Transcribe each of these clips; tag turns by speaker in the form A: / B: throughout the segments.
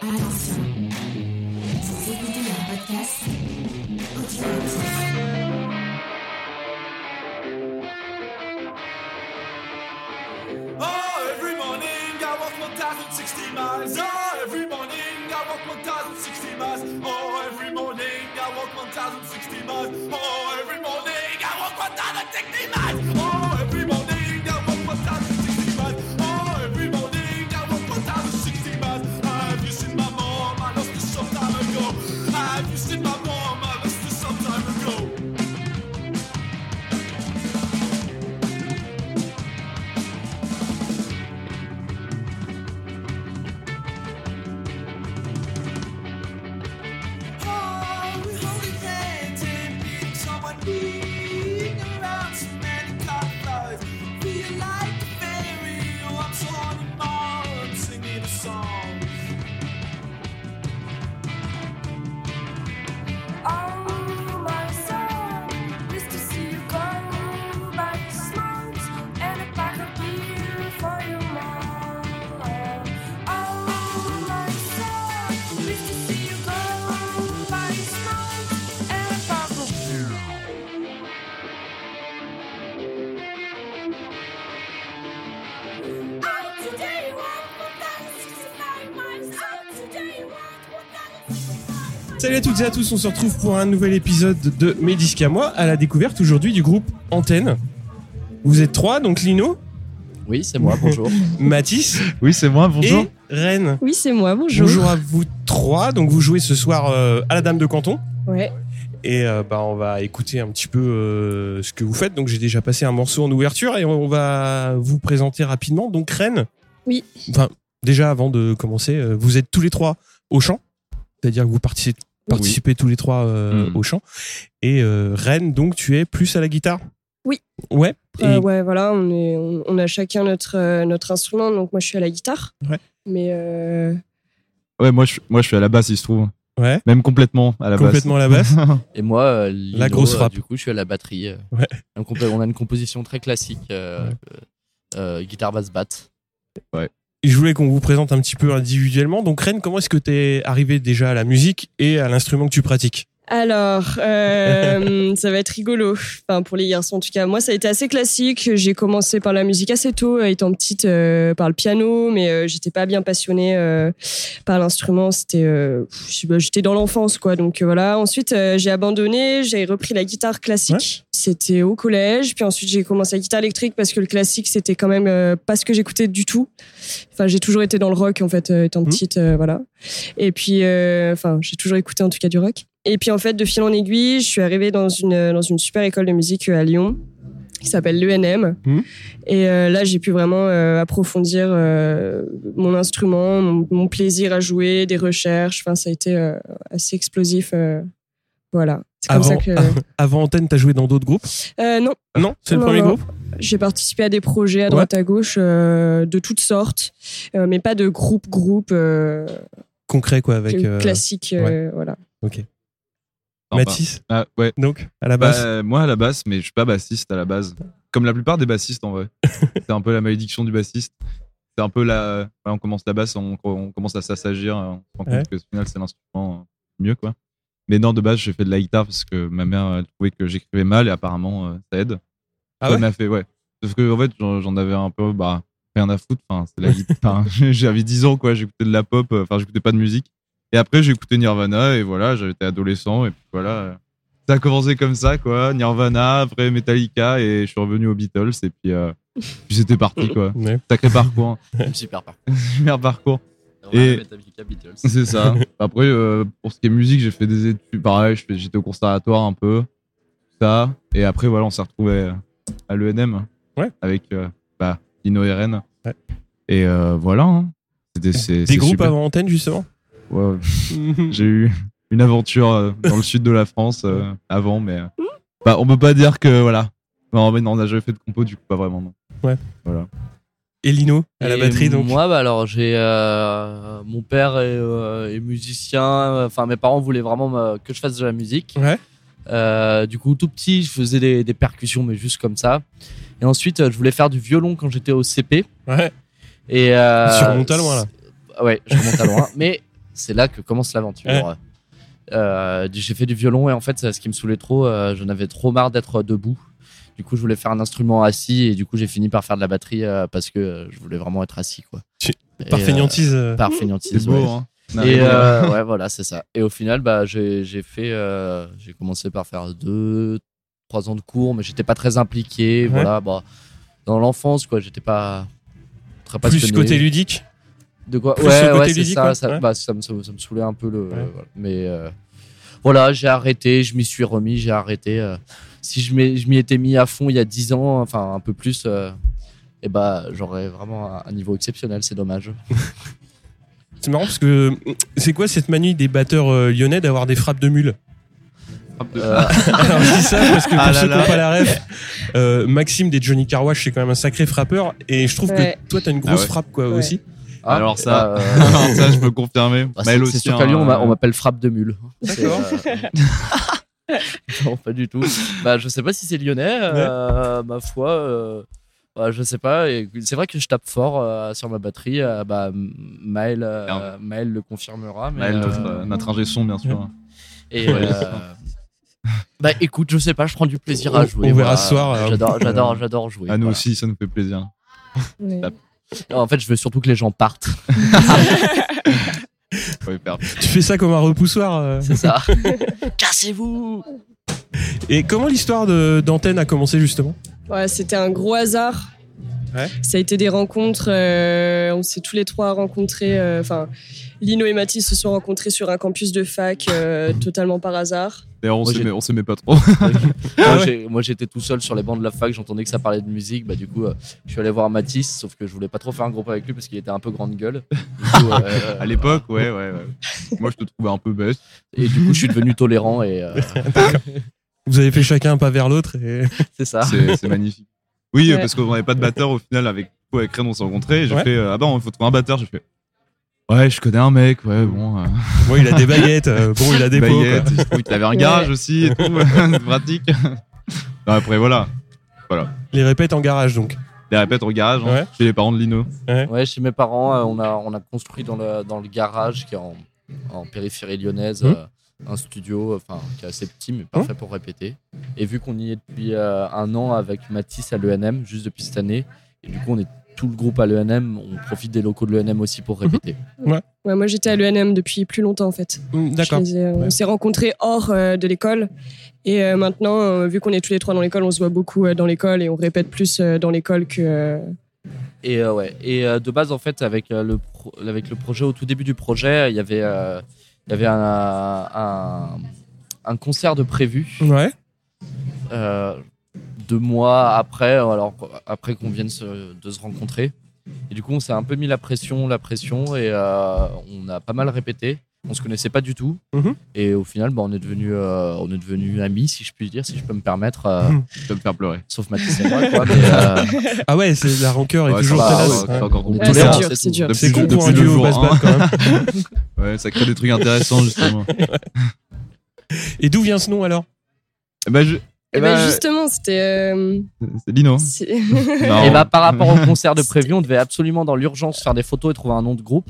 A: Attention, vous écoutez un podcast auditif.
B: Oh, every morning I walk 1,060 miles. Oh, every morning I walk 1,060 miles. Oh, every morning I walk 1,060 miles. Oh, every morning I walk 1,060 miles. Oh, every morning I walk 1,060 miles. Oh, every morning I walk 1,060 miles. Have you seen my mom? I lost her some time ago. Have you seen my mom? I lost her some time ago.
C: Oh, my soul is to see you go by the smokes and a pack of beer for your mom. Oh, my soul is to see you go by the smokes and a pack of beer. Oh, today you want what that is 69 miles. Oh, today you want what that is 69 miles.
D: Salut à toutes et à tous, on se retrouve pour un nouvel épisode de Mes disques à moi, à la découverte aujourd'hui du groupe Antenne. Vous êtes trois, donc Lino,
E: Oui, c'est moi, bonjour.
D: Mathis
F: Oui, c'est moi, bonjour.
D: et Rennes.
G: Oui, c'est moi, bonjour.
D: à vous trois, donc vous jouez ce soir euh, à la Dame de Canton.
G: Ouais.
D: Et euh, bah, on va écouter un petit peu euh, ce que vous faites. Donc j'ai déjà passé un morceau en ouverture et on va vous présenter rapidement. Donc Rennes,
G: Oui.
D: enfin déjà avant de commencer, euh, vous êtes tous les trois au chant, c'est-à-dire que vous partici- participez tous les trois euh,
E: Mm.
D: au chant. Et euh, Rennes, donc tu es plus à la guitare
G: Oui.
D: Ouais. Et
G: Euh, ouais, voilà, on, est, on, on a chacun notre, euh, notre instrument. Donc, moi, je suis à la guitare.
D: Ouais.
G: Mais euh,
F: Ouais, moi je, moi je suis à la basse, il se trouve.
D: Ouais.
F: Même complètement à la
D: Complètement à la basse.
F: basse.
E: Et moi, euh, Lino,
D: La grosse
E: euh,
D: frappe.
E: du coup, je suis à la batterie. euh,
D: Ouais.
E: un compo- on a une composition très classique. euh, euh, euh, guitare basse batte.
D: je voulais qu'on vous présente un petit peu individuellement. Donc Rennes, comment est-ce que tu es arrivé déjà à la musique et à l'instrument que tu pratiques
G: alors, euh, ça va être rigolo. Enfin, pour les garçons, en tout cas. Moi, ça a été assez classique. J'ai commencé par la musique assez tôt, étant petite, euh, par le piano. Mais euh, j'étais pas bien passionnée euh, par l'instrument. C'était, euh, pff, je sais pas, j'étais dans l'enfance, quoi. Donc, euh, voilà. Ensuite, euh, j'ai abandonné. J'ai repris la guitare classique. C'était au collège. Puis ensuite, j'ai commencé la guitare électrique parce que le classique, c'était quand même euh, pas ce que j'écoutais du tout. Enfin, j'ai toujours été dans le rock en fait, euh, étant petite, euh, voilà. Et puis, euh, enfin, j'ai toujours écouté en tout cas du rock. Et puis en fait, de fil en aiguille, je suis arrivée dans une euh, dans une super école de musique euh, à Lyon qui s'appelle l'ENM.
D: Mhm.
G: Et euh, là, j'ai pu vraiment euh, approfondir euh, mon instrument, mon, mon plaisir à jouer, des recherches. Enfin, ça a été euh, assez explosif. euh, voilà. C'est comme
D: Avant-
G: ça que.
D: Avant Antenne, t'as joué dans d'autres groupes
G: Euh, non,
D: Non, c'est le
G: Non,
D: premier
G: non.
D: groupe.
G: j'ai participé à des projets à droite à gauche euh, de toutes sortes, euh, mais pas de groupe groupe. euh,
D: Concret quoi avec euh,
G: classique, euh, voilà.
D: Mathis,
F: Ah, ouais.
D: donc à la
F: Bah,
D: basse.
F: euh, moi à la basse, mais je suis pas bassiste à la base. Comme la plupart des bassistes en vrai. c'est un peu la malédiction du bassiste. C'est un peu la. voilà, on commence la basse, on, on commence à s'assagir. On se rend compte
D: Ouais.
F: que au final c'est l'instrument euh, mieux quoi. Mais non, de base, j'ai fait de la guitare parce que ma mère elle trouvait que j'écrivais mal et apparemment euh, ça aide.
D: Ah
F: Ça
D: ouais
F: m'a fait, ouais. Sauf que, en fait, j'en j'en avais un peu, bah, rien à foutre. Enfin, c'est la guitare. Enfin, j'avais 10 ans, quoi. J'écoutais de la pop. euh, Enfin, j'écoutais pas de musique. Et après, j'écoutais Nirvana. Et voilà, j'étais adolescent. Et puis voilà. euh, Ça a commencé comme ça, quoi. Nirvana, après Metallica. Et je suis revenu aux Beatles. Et puis, euh, puis c'était parti, quoi.
D: Ouais.
F: Sacré parcours. hein.
E: Super par
F: Super parcours.
E: contre.
F: Et-
E: Beatles.
F: C'est ça. Après, euh, pour ce qui est musique, j'ai fait des études. Pareil, je fais- j'étais au conservatoire un peu. Ça. Et après, voilà, on s'est retrouvés à l'ENM.
D: Ouais.
F: Avec euh, bah, Lino et Rennes.
D: Ouais.
F: Et euh, voilà. hein. C'était- c'est-
D: Des
F: c'est
D: groupes
F: super.
D: avant Antenne justement.
F: Ouais, j'ai eu une aventure euh, dans le sud de la France euh, avant, mais euh, bah, on peut pas dire que voilà. Non, mais non, on n'a jamais fait de compo, du coup, pas vraiment. Non.
D: et Lino à la
E: Et
D: batterie donc.
E: Moi, bah alors, j'ai euh, mon père est, euh, est musicien. Enfin, mes parents voulaient vraiment me- que je fasse de la musique.
D: Ouais.
E: Euh, du coup, tout petit, je faisais des, des percussions, mais juste comme ça. Et ensuite, euh, je voulais faire du violon quand j'étais au CP.
D: Ouais.
E: Et euh,
D: Tu remontes à loin, là.
E: c'est- Ouais, je remonte à loin. Mais c'est là que commence l'aventure.
D: Ouais.
E: Euh, j'ai fait du violon et en fait, ce qui me saoulait trop, euh, j'en avais trop marre d'être debout. Du coup, je voulais faire un instrument assis et du coup, j'ai fini par faire de la batterie euh, parce que euh, je voulais vraiment être assis, quoi.
D: Tu-
E: Et,
D: Par
E: euh,
D: fainéantise. euh,
E: par
F: C'est
E: fainéantise, ouais.
F: beau, hein. Non,
E: Et
F: mais voilà.
E: euh, ouais, voilà, c'est ça. Et au final, bah, j'ai j'ai fait, euh, j'ai commencé par faire deux, trois ans de cours, mais j'étais pas très impliqué.
D: Ouais.
E: Voilà, bah, dans l'enfance, quoi, j'étais pas très
D: plus
E: passionné.
D: côté ludique.
E: De quoi
D: plus
E: Ouais,
D: le côté
E: ouais, c'est
D: ludique,
E: ça.
D: quoi.
E: Ça,
D: Ouais.
E: bah, ça me, ça me- ça me saoulait un peu le.
D: Ouais.
E: euh, voilà. Mais euh, voilà, j'ai arrêté, je m'y suis remis, j'ai arrêté. euh, si je m'ai- je m'y étais mis à fond il y a dix ans, enfin un peu plus, et bah, j'aurais vraiment un- un niveau exceptionnel. C'est dommage.
D: C'est marrant parce que euh, c'est quoi cette manie des batteurs euh, lyonnais d'avoir des frappes de mule
E: Euh,
D: Alors je dis ça parce que pour
F: Ah là
D: ceux qui
F: là.
D: n'ont pas la ref, euh, Maxime des Johnny Carwash, c'est quand même un sacré frappeur et je trouve
G: Ouais.
D: que toi t'as une grosse
F: Ah ouais.
D: frappe quoi
G: Ouais.
D: aussi.
E: ah,
F: Alors ça.
E: euh,
F: Alors ça, je peux confirmer.
E: Bah,
F: Maël
E: c'est
F: aussi,
E: c'est sûr
F: hein,
E: qu'à Lyon, on m'a-
F: euh,
E: on m'appelle frappe de mule. C'est,
D: D'accord.
E: euh, non, pas du tout. Bah, je sais pas si c'est lyonnais, euh, ma foi. euh, bah, je sais pas. Et c'est vrai que je tape fort euh, sur ma batterie. euh, bah, Maël, euh,
F: Merde.
E: Maël le confirmera. mais,
F: Maël,
E: euh,
F: notre, euh, notre ingé son, bien sûr.
E: et, euh, bah, écoute, je sais pas, je prends du plaisir à
D: On-
E: jouer.
D: on verra
E: voilà.
D: ce soir, euh,
E: J'adore, j'adore, j'adore jouer.
F: À nous
E: voilà.
F: aussi, ça nous fait plaisir.
G: Ouais.
E: En fait, je veux surtout que les gens partent.
F: Faut y faire.
D: Tu fais ça comme un repoussoir. euh.
E: C'est ça. Cassez-vous.
D: Et comment l'histoire de- d'antenne a commencé justement
G: Ouais, c'était un gros hasard.
D: Ouais.
G: Ça a été des rencontres. euh, on s'est tous les trois rencontrés. euh, Enfin, Lino et Mathis se sont rencontrés sur un campus de fac euh, totalement par hasard.
F: D'ailleurs, on
E: Moi, j'ai-
F: s'aimait- on s'aimait pas trop.
E: Moi,
D: ouais.
E: j'ai- Moi j'étais tout seul sur les bancs de la fac, j'entendais que ça parlait de musique, bah du coup euh, je suis allé voir Matisse, sauf que je voulais pas trop faire un groupe avec lui parce qu'il était un peu grande gueule. Du coup, euh,
F: À l'époque, ouais, ouais, ouais. Moi, je te trouvais un peu bête.
E: Et du coup je suis devenu tolérant et euh,
D: Vous avez fait chacun un pas vers l'autre et
E: c'est
D: Ah.
E: ça.
F: C'est c'est magnifique. Oui,
G: Ouais.
F: parce qu'on n'avait pas de batteur au final avec du coup, avec Ren, on s'est rencontrés. et J'ai
D: Ouais.
F: fait euh, ah bah il faut trouver un batteur. J'ai fait ouais, je connais un mec. Ouais, bon. euh,
D: bon il a des baguettes, euh, bon il a des pots. quoi.
F: baguette. Il se trouve qu'il avait un garage aussi et tout. C'est pratique. Non, après voilà,
D: Les répètes en garage donc.
F: les répètes au garage hein,
D: Ouais.
F: chez les parents de Lino.
E: Ouais, chez mes parents, euh, on, a, on a construit dans le, dans le garage qui est en, en périphérie lyonnaise
D: Mhm.
E: euh, un studio enfin, qui est assez petit mais parfait pour répéter. Et vu qu'on y est depuis euh, un an avec Matisse à l'ENM, juste depuis cette année, et du coup on est tout le groupe à l'ENM, on profite des locaux de l'ENM aussi pour répéter.
G: Ouais, moi, j'étais à l'ENM depuis plus longtemps en fait.
D: Hum,
G: Je
D: D'accord.
G: les ai- euh,
D: Ouais.
G: On s'est rencontrés hors euh, de l'école. Et euh, maintenant, euh, vu qu'on est tous les trois dans l'école, on se voit beaucoup euh, dans l'école et on répète plus euh, dans l'école que. euh,
E: Et euh, ouais. Et euh, de base, en fait, avec euh, le pro- avec le projet, au tout début du projet, il y avait euh, il y avait un, un un concert de prévu
D: Ouais.
E: euh, deux mois après, alors après qu'on vienne se- de se rencontrer. Et du coup, on s'est un peu mis la pression, la pression, et euh, on a pas mal répété. On se connaissait pas du tout,
D: Mhm.
E: et au final, bah, on est devenu on est devenu amis, si je puis dire, si je peux me permettre. euh,
D: Mhm.
F: Tu vas me faire pleurer.
E: sauf Mathis et moi, quoi, mais, euh,
D: Ah ouais c'est la rancœur est
F: Ouais,
D: toujours
E: ça va,
D: tenace.
E: ouais,
F: c'est
D: ouais.
F: encore
E: on est
G: Ouais,
E: tolérants,
G: c'est dur, c'est
E: tout.
G: dur.
D: C'est con
F: Depuis
D: pour un
F: le
D: duo
F: jour
D: au bass
F: un.
D: band, quand même.
F: Ouais, ça crée des trucs intéressants justement.
D: Et d'où vient ce nom alors
F: Eh ben, je-
G: Eh
F: eh
G: ben,
F: ben,
G: justement, c'était. euh,
F: c'est Lino.
G: c'est-
F: Non.
E: Et bah par rapport au concert de prévu, on devait absolument dans l'urgence faire des photos et trouver un nom de groupe.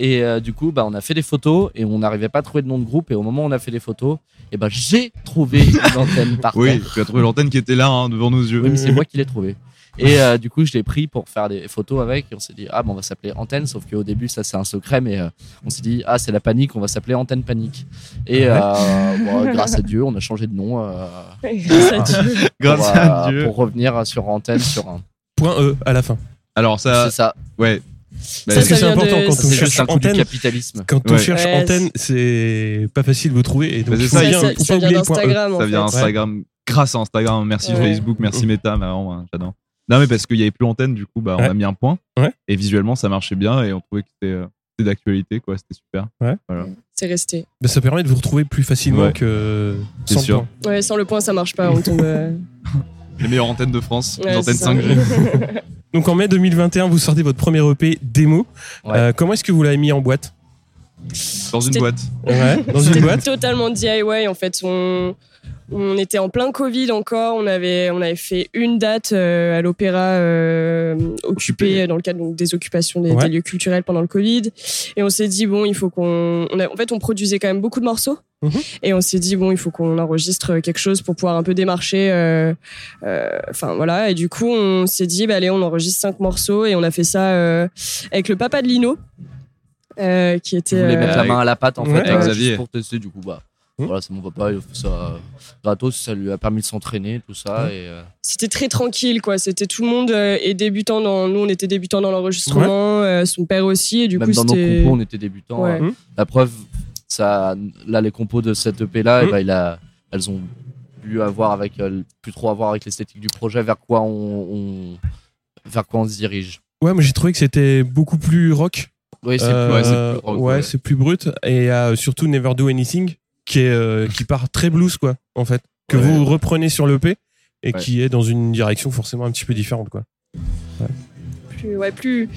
E: Et euh, du coup, bah, on a fait des photos et on n'arrivait pas à trouver de nom de groupe. Et au moment où on a fait les photos, et bah, j'ai trouvé une antenne par
F: Oui,
E: terre.
F: tu as trouvé l'antenne qui était là hein, devant nos yeux.
E: Oui, mais c'est moi qui l'ai trouvé. Et euh, du coup, je l'ai pris pour faire des photos avec. Et on s'est dit, ah, bon, on va s'appeler Antenne. Sauf qu'au début, ça, c'est un secret. Mais euh, on s'est dit, ah, c'est la panique, on va s'appeler Antenne Panique. Et euh, bon, grâce à Dieu, on a changé de nom. euh,
G: Grâce à Dieu.
F: Grâce
E: pour,
F: à
E: euh,
F: Dieu.
E: Pour revenir sur Antenne, sur un.
D: Point E à la fin.
F: Alors ça,
E: C'est ça.
F: ouais. Bah,
G: Ça,
D: Parce que c'est
G: vient de-
D: important quand
G: ça,
D: on
E: C'est juste
D: cherche
E: un coup du
D: antenne.
E: capitalisme.
D: Quand on
F: Ouais.
D: cherche
G: Ouais,
D: antenne, c'est pas facile de vous trouver. Et donc,
F: Bah, c'est
D: il faut
F: ça,
D: bien-
G: ça,
D: faut
G: ça
D: pas
G: vient
D: oublier le point E.
G: d'Instagram. en
F: ça vient
G: fait.
F: Instagram. Grâce à Instagram, merci
G: Ouais.
F: Facebook, merci Meta, mais vraiment, ouais, j'adore. Non mais parce qu'il y avait plus l'antenne, du coup, bah on
D: Ouais.
F: a mis un point.
D: Ouais.
F: Et visuellement, ça marchait bien et on trouvait que c'était euh, c'était d'actualité, quoi. C'était super.
G: C'est resté.
D: Bah, ça permet de vous retrouver plus facilement
F: Ouais.
D: que euh,
F: C'est
D: sans
F: sûr.
D: point.
G: Ouais, sans le point, ça marche pas. On tombe. euh,
F: Les meilleures antennes de France,
G: ouais,
F: les antennes
G: c'est ça.
F: 5G.
D: Donc en mai 2021, vous sortez votre premier EP démo.
E: Ouais.
D: Euh, comment est-ce que vous l'avez mis en boîte
F: Dans une
G: C'était-
F: boîte.
D: Ouais, Dans une
G: C'était
D: boîte
G: totalement DIY en fait. On, On était en plein Covid encore. On avait, on avait fait une date euh, à l'opéra euh, occupé dans le cadre donc, des occupations des,
D: Ouais.
G: des lieux culturels pendant le Covid. Et on s'est dit bon, il faut qu'on. on a- En fait, on produisait quand même beaucoup de morceaux.
D: Mhm.
G: Et on s'est dit bon, il faut qu'on enregistre euh, quelque chose pour pouvoir un peu démarcher. euh, euh, Enfin voilà. Et du coup, on s'est dit bah, allez, on enregistre cinq morceaux et on a fait ça euh, avec le papa de Lino. euh, qui était
E: Je voulais mettre la
F: avec-
E: main à la pâte en
D: Ouais,
E: fait,
F: avec
E: euh,
F: Xavier.
E: juste pour tester du coup bah.
D: Hmm.
E: Voilà, c'est mon papa, il a fait ça euh, gratos, ça lui a permis de s'entraîner, tout ça.
D: Hmm.
E: Et, euh,
G: c'était très tranquille quoi c'était tout le monde euh, est débutant dans nous on était débutants dans l'enregistrement euh, son père aussi et du
E: même
G: coup
E: dans nos
G: c'était
E: compos, on était débutants.
G: Ouais.
E: euh, La preuve, ça, là, les compos de cette EP là,
D: Hmm.
E: eh ben, il a, elles ont plus, à voir avec, euh, plus trop à voir avec l'esthétique du projet, vers quoi on, on- vers quoi on se dirige.
D: Ouais, moi j'ai trouvé que c'était beaucoup plus rock.
E: Oui, c'est
D: Euh,
E: ouais, c'est plus rock,
D: ouais,
E: ouais.
D: c'est plus brut. Et euh, surtout Never Do Anything, qui, est, euh, qui part très blues, quoi, en fait. Que
F: Ouais.
D: vous reprenez sur le P et
F: Ouais.
D: qui est dans une direction forcément un petit peu différente, quoi.
E: hein.
G: plus ouais plus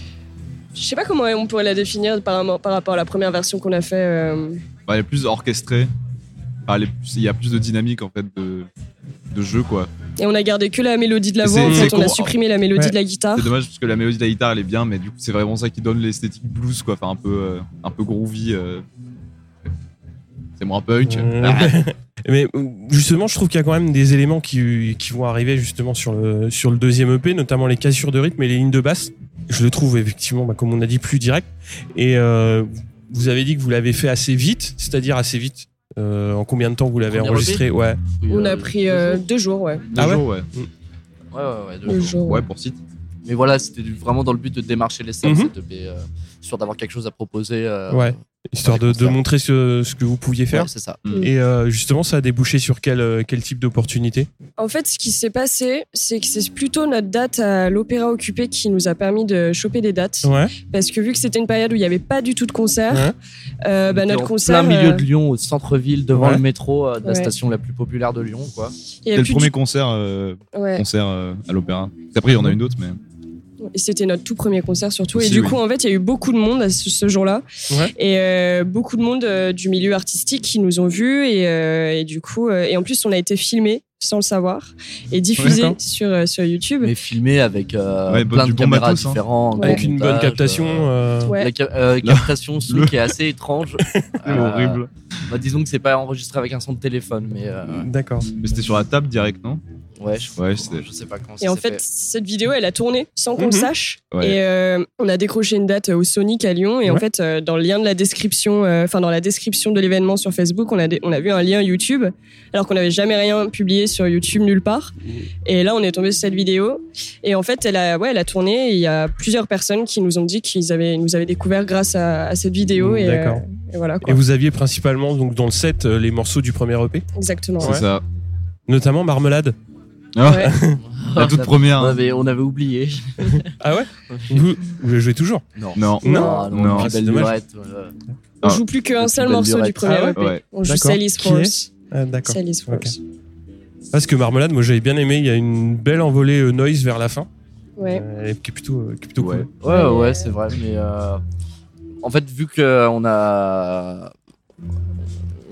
G: je sais pas comment on pourrait la définir par, am- par rapport à la première version qu'on a fait euh,
F: Enfin, elle est plus orchestrée. Enfin, elle est plus- il y a plus de dynamique en fait de, de jeu quoi.
G: et on a gardé que la mélodie de la
F: C'est-
G: voix en
F: c'est
G: fait on a
F: con-
G: supprimé la mélodie
D: Ouais.
G: de la guitare
F: C'est dommage parce que la mélodie de la guitare elle est bien, mais du coup c'est vraiment ça qui donne l'esthétique blues quoi. Enfin un peu euh, un peu groovy. euh. C'est moins punk.
D: Euh,
F: Ah,
D: Mais euh, justement, je trouve qu'il y a quand même des éléments qui, qui vont arriver justement sur le, sur le deuxième EP, notamment les cassures de rythme et les lignes de basse. Je le trouve effectivement, bah, comme on a dit, plus direct. Et euh, vous avez dit que vous l'avez fait assez vite, c'est-à-dire assez vite. Euh, en combien de temps vous l'avez
E: Premier
D: enregistré Ouais.
E: Oui,
G: on
E: euh,
G: a pris euh, deux jours ouais
F: deux
D: Ah ouais
F: jours, ouais.
E: Ouais, ouais, ouais, deux
G: deux
E: jours.
G: jours
F: Ouais, pour site.
E: Mais voilà, c'était du- vraiment dans le but de démarcher les salles,
D: Mhm.
E: cette EP, euh, sûr d'avoir quelque chose à proposer. euh,
D: Ouais. Histoire de, de
E: concert.
D: montrer ce, ce que vous pouviez faire.
E: ouais, c'est ça.
D: Et euh, justement, ça a débouché sur quel, euh, quel type d'opportunité
G: En fait, ce qui s'est passé, c'est que c'est plutôt notre date à l'Opéra Occupé qui nous a permis de choper des dates.
D: Ouais.
G: Parce que vu que c'était une période où il n'y avait pas du tout de concert,
D: Ouais.
G: euh, bah,
E: On était
G: notre
E: en
G: concert.
E: plein milieu
G: euh,
E: de Lyon, au centre-ville, devant
D: Ouais.
E: le métro, euh, de la
G: Ouais.
E: station la plus populaire de Lyon, quoi.
G: il y
F: C'était
G: avait
F: le
G: plus
F: premier concert euh,
G: du- ouais.
F: concert euh, à l'opéra. Après il y en a une autre mais.
G: Et c'était notre tout premier concert surtout. et
F: Aussi,
G: du
F: oui.
G: coup, en fait, il y a eu beaucoup de monde à ce, ce jour-là.
D: Ouais.
G: Et euh, beaucoup de monde euh, du milieu artistique qui nous ont vus. Et, euh, et du coup, euh, et en plus, on a été filmé sans le savoir et diffusé
D: D'accord.
G: sur, euh, sur YouTube.
E: Mais filmé avec euh,
F: Ouais,
E: plein de
F: du bon
E: caméras
F: matos, hein.
E: différentes.
G: Ouais.
D: Avec une bonne
E: montage,
D: captation
E: euh,
D: euh,
G: Ouais.
E: La ca- euh, captation, ce
F: le-
E: qui est assez étrange.
F: C'est
E: Euh,
F: horrible.
E: bah, disons que c'est pas enregistré avec un son de téléphone, mais euh,
D: D'accord.
F: Mais c'était sur la table direct non
E: ouais, je,
F: Ouais, c'était-
E: je sais pas quand
G: Et
E: ça
G: en
E: s'est
G: fait, cette vidéo, elle a tourné sans qu'on le
D: Mhm.
G: sache.
F: Ouais.
G: Et euh, on a décroché une date euh, au Sonic à Lyon. Et en
D: Ouais.
G: fait, euh, dans le lien de la description, euh, enfin dans la description de l'événement sur Facebook, on a, dé- on a vu un lien YouTube, alors qu'on n'avait jamais rien publié sur YouTube nulle part.
D: Mm.
G: Et là, on est tombé sur cette vidéo. Et en fait, elle a, ouais, elle a tourné. et Il y a plusieurs personnes qui nous ont dit qu'ils avaient, ils nous avaient découvert grâce à, à cette vidéo. Et,
D: Mm, D'accord.
G: euh, et voilà. Quoi.
D: Et vous aviez principalement donc dans le set euh, les morceaux du premier EP,
G: Exactement.
F: C'est
D: Ouais.
F: ça.
D: notamment Marmelade.
F: Ah,
G: Ouais.
F: La toute première. hein.
E: On avait, on avait oublié.
D: Ah ouais Vous, vous jouez toujours
E: Non.
F: Non.
D: Non.
F: Non.
E: Plus
D: Ah, c'est
E: belle
D: dommage.
E: lurette, euh,
G: On
F: Ah.
G: joue plus qu'un
E: Une
G: seul
E: belle
G: morceau du
E: durée.
G: premier
D: Ah ouais
G: EP.
F: Ouais.
G: On joue
D: D'accord.
G: Sally's
D: Qui
G: Force.
D: Ah, D'accord.
G: Sally's Force.
D: Parce que Marmelade, moi j'avais bien aimé, il y a une belle envolée euh, noise vers la fin,
G: Ouais.
D: euh, qui est plutôt, euh, qui est plutôt
F: Ouais.
D: cool.
E: Ouais, ouais, c'est vrai, mais euh, en fait, vu que euh, on a,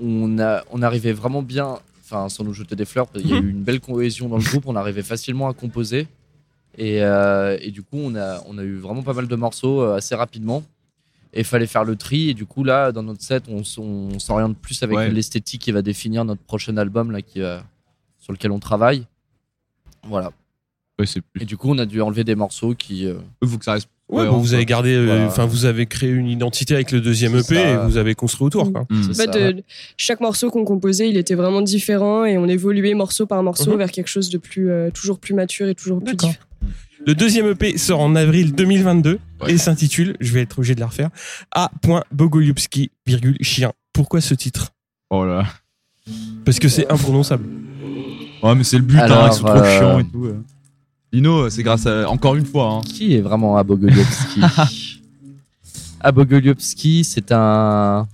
E: on a, on arrivait vraiment bien, enfin, sans nous jeter des fleurs, il y a eu une belle cohésion dans le groupe, on arrivait facilement à composer, et, euh, et du coup, on a, on a eu vraiment pas mal de morceaux euh, assez rapidement. Et fallait faire le tri. Et du coup, là, dans notre set, on, s- on s'oriente plus avec
F: Ouais.
E: l'esthétique qui va définir notre prochain album là, qui, va- sur lequel on travaille. Voilà.
F: Ouais, c'est plus.
E: Et du coup, on a dû enlever des morceaux qui, euh,
F: Faut que ça reste.
D: Ouais,
F: Ouais,
D: bon,
F: on-
D: vous avez gardé, euh,
E: Voilà.
D: enfin vous avez créé une identité avec le deuxième EP
E: C'est ça.
D: et vous avez construit autour. Quoi.
F: Mm.
E: c'est
G: En fait,
E: ça.
G: Bah, de- chaque morceau qu'on composait, il était vraiment différent et on évoluait morceau par morceau
D: Mhm.
G: vers quelque chose de plus, euh, toujours plus mature et toujours plus
D: D'accord.
G: différent.
D: Le deuxième EP sort en avril 2022
F: Ouais.
D: et s'intitule, je vais être obligé de la refaire, A.Bogoliubski, virgule, chien. Pourquoi ce titre
F: Oh là. là.
D: Parce que c'est imprononçable.
F: Ouais, mais c'est le but,
E: Alors,
F: hein, ils sont trop
E: euh,
F: chiants et tout. euh. Lino, euh, c'est grâce à. Encore une fois, hein.
E: Qui est vraiment Abogolievski Abogolievski, c'est un.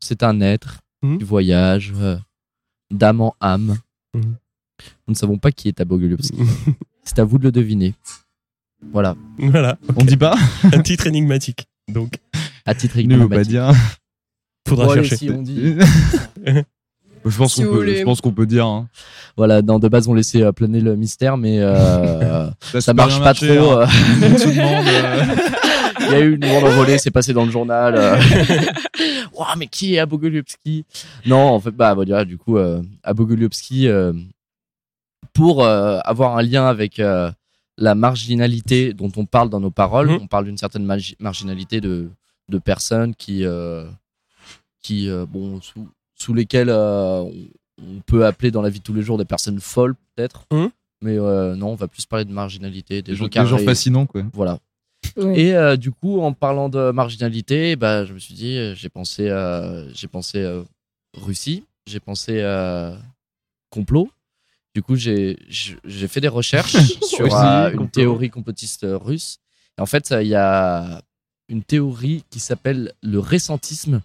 E: C'est un être
D: Mhm.
E: qui voyage euh, d'âme en âme.
D: Mhm.
E: Nous ne savons pas qui est Abogolievski. c'est à vous de le deviner. Voilà,
D: Voilà,
F: On dit pas
D: un titre énigmatique. Donc,
E: à titre
F: Lino veut pas
E: énigmatique.
F: dire.
D: faudra
E: Bon, allez,
D: chercher.
E: si on dit.
F: Je pense
G: Si
F: qu'on
G: vous
F: peut,
G: voulez.
F: je pense qu'on peut dire. Hein.
E: Voilà, dans de base, on laissait euh, planer le mystère, mais euh,
F: a
E: ça
F: super
E: marche
F: bien
E: pas
F: marché,
E: trop.
F: hein.
E: euh,
F: Tout le monde,
E: Il
F: euh,
E: y a eu une grande envolée, c'est passé dans le journal. euh. Ouah, mais qui est Abogolubski Non, en fait, bah, on va dire, du coup, euh, Abogolubski, euh, pour euh, avoir un lien avec euh, la marginalité dont on parle dans nos paroles,
D: Mhm.
E: on parle d'une certaine margi- marginalité de, de personnes qui, euh, qui euh, bon, sous, sous lesquelles euh, on, on peut appeler dans la vie de tous les jours des personnes folles, peut-être.
D: Mhm.
E: Mais euh, non, on va plus parler de marginalité, des,
F: des gens,
E: gens
F: des gens
E: carrés.
F: fascinants, quoi.
E: Voilà.
G: Ouais.
E: Et euh, du coup, en parlant de marginalité, bah, je me suis dit, euh, j'ai pensé, euh, j'ai pensé euh, Russie, j'ai pensé euh, complot. Du coup, j'ai j'ai- j'ai fait des recherches sur
F: Russie,
E: euh, une
F: complot.
E: théorie complotiste euh, russe. Et en fait, euh, il y a une théorie qui s'appelle le ressentisme.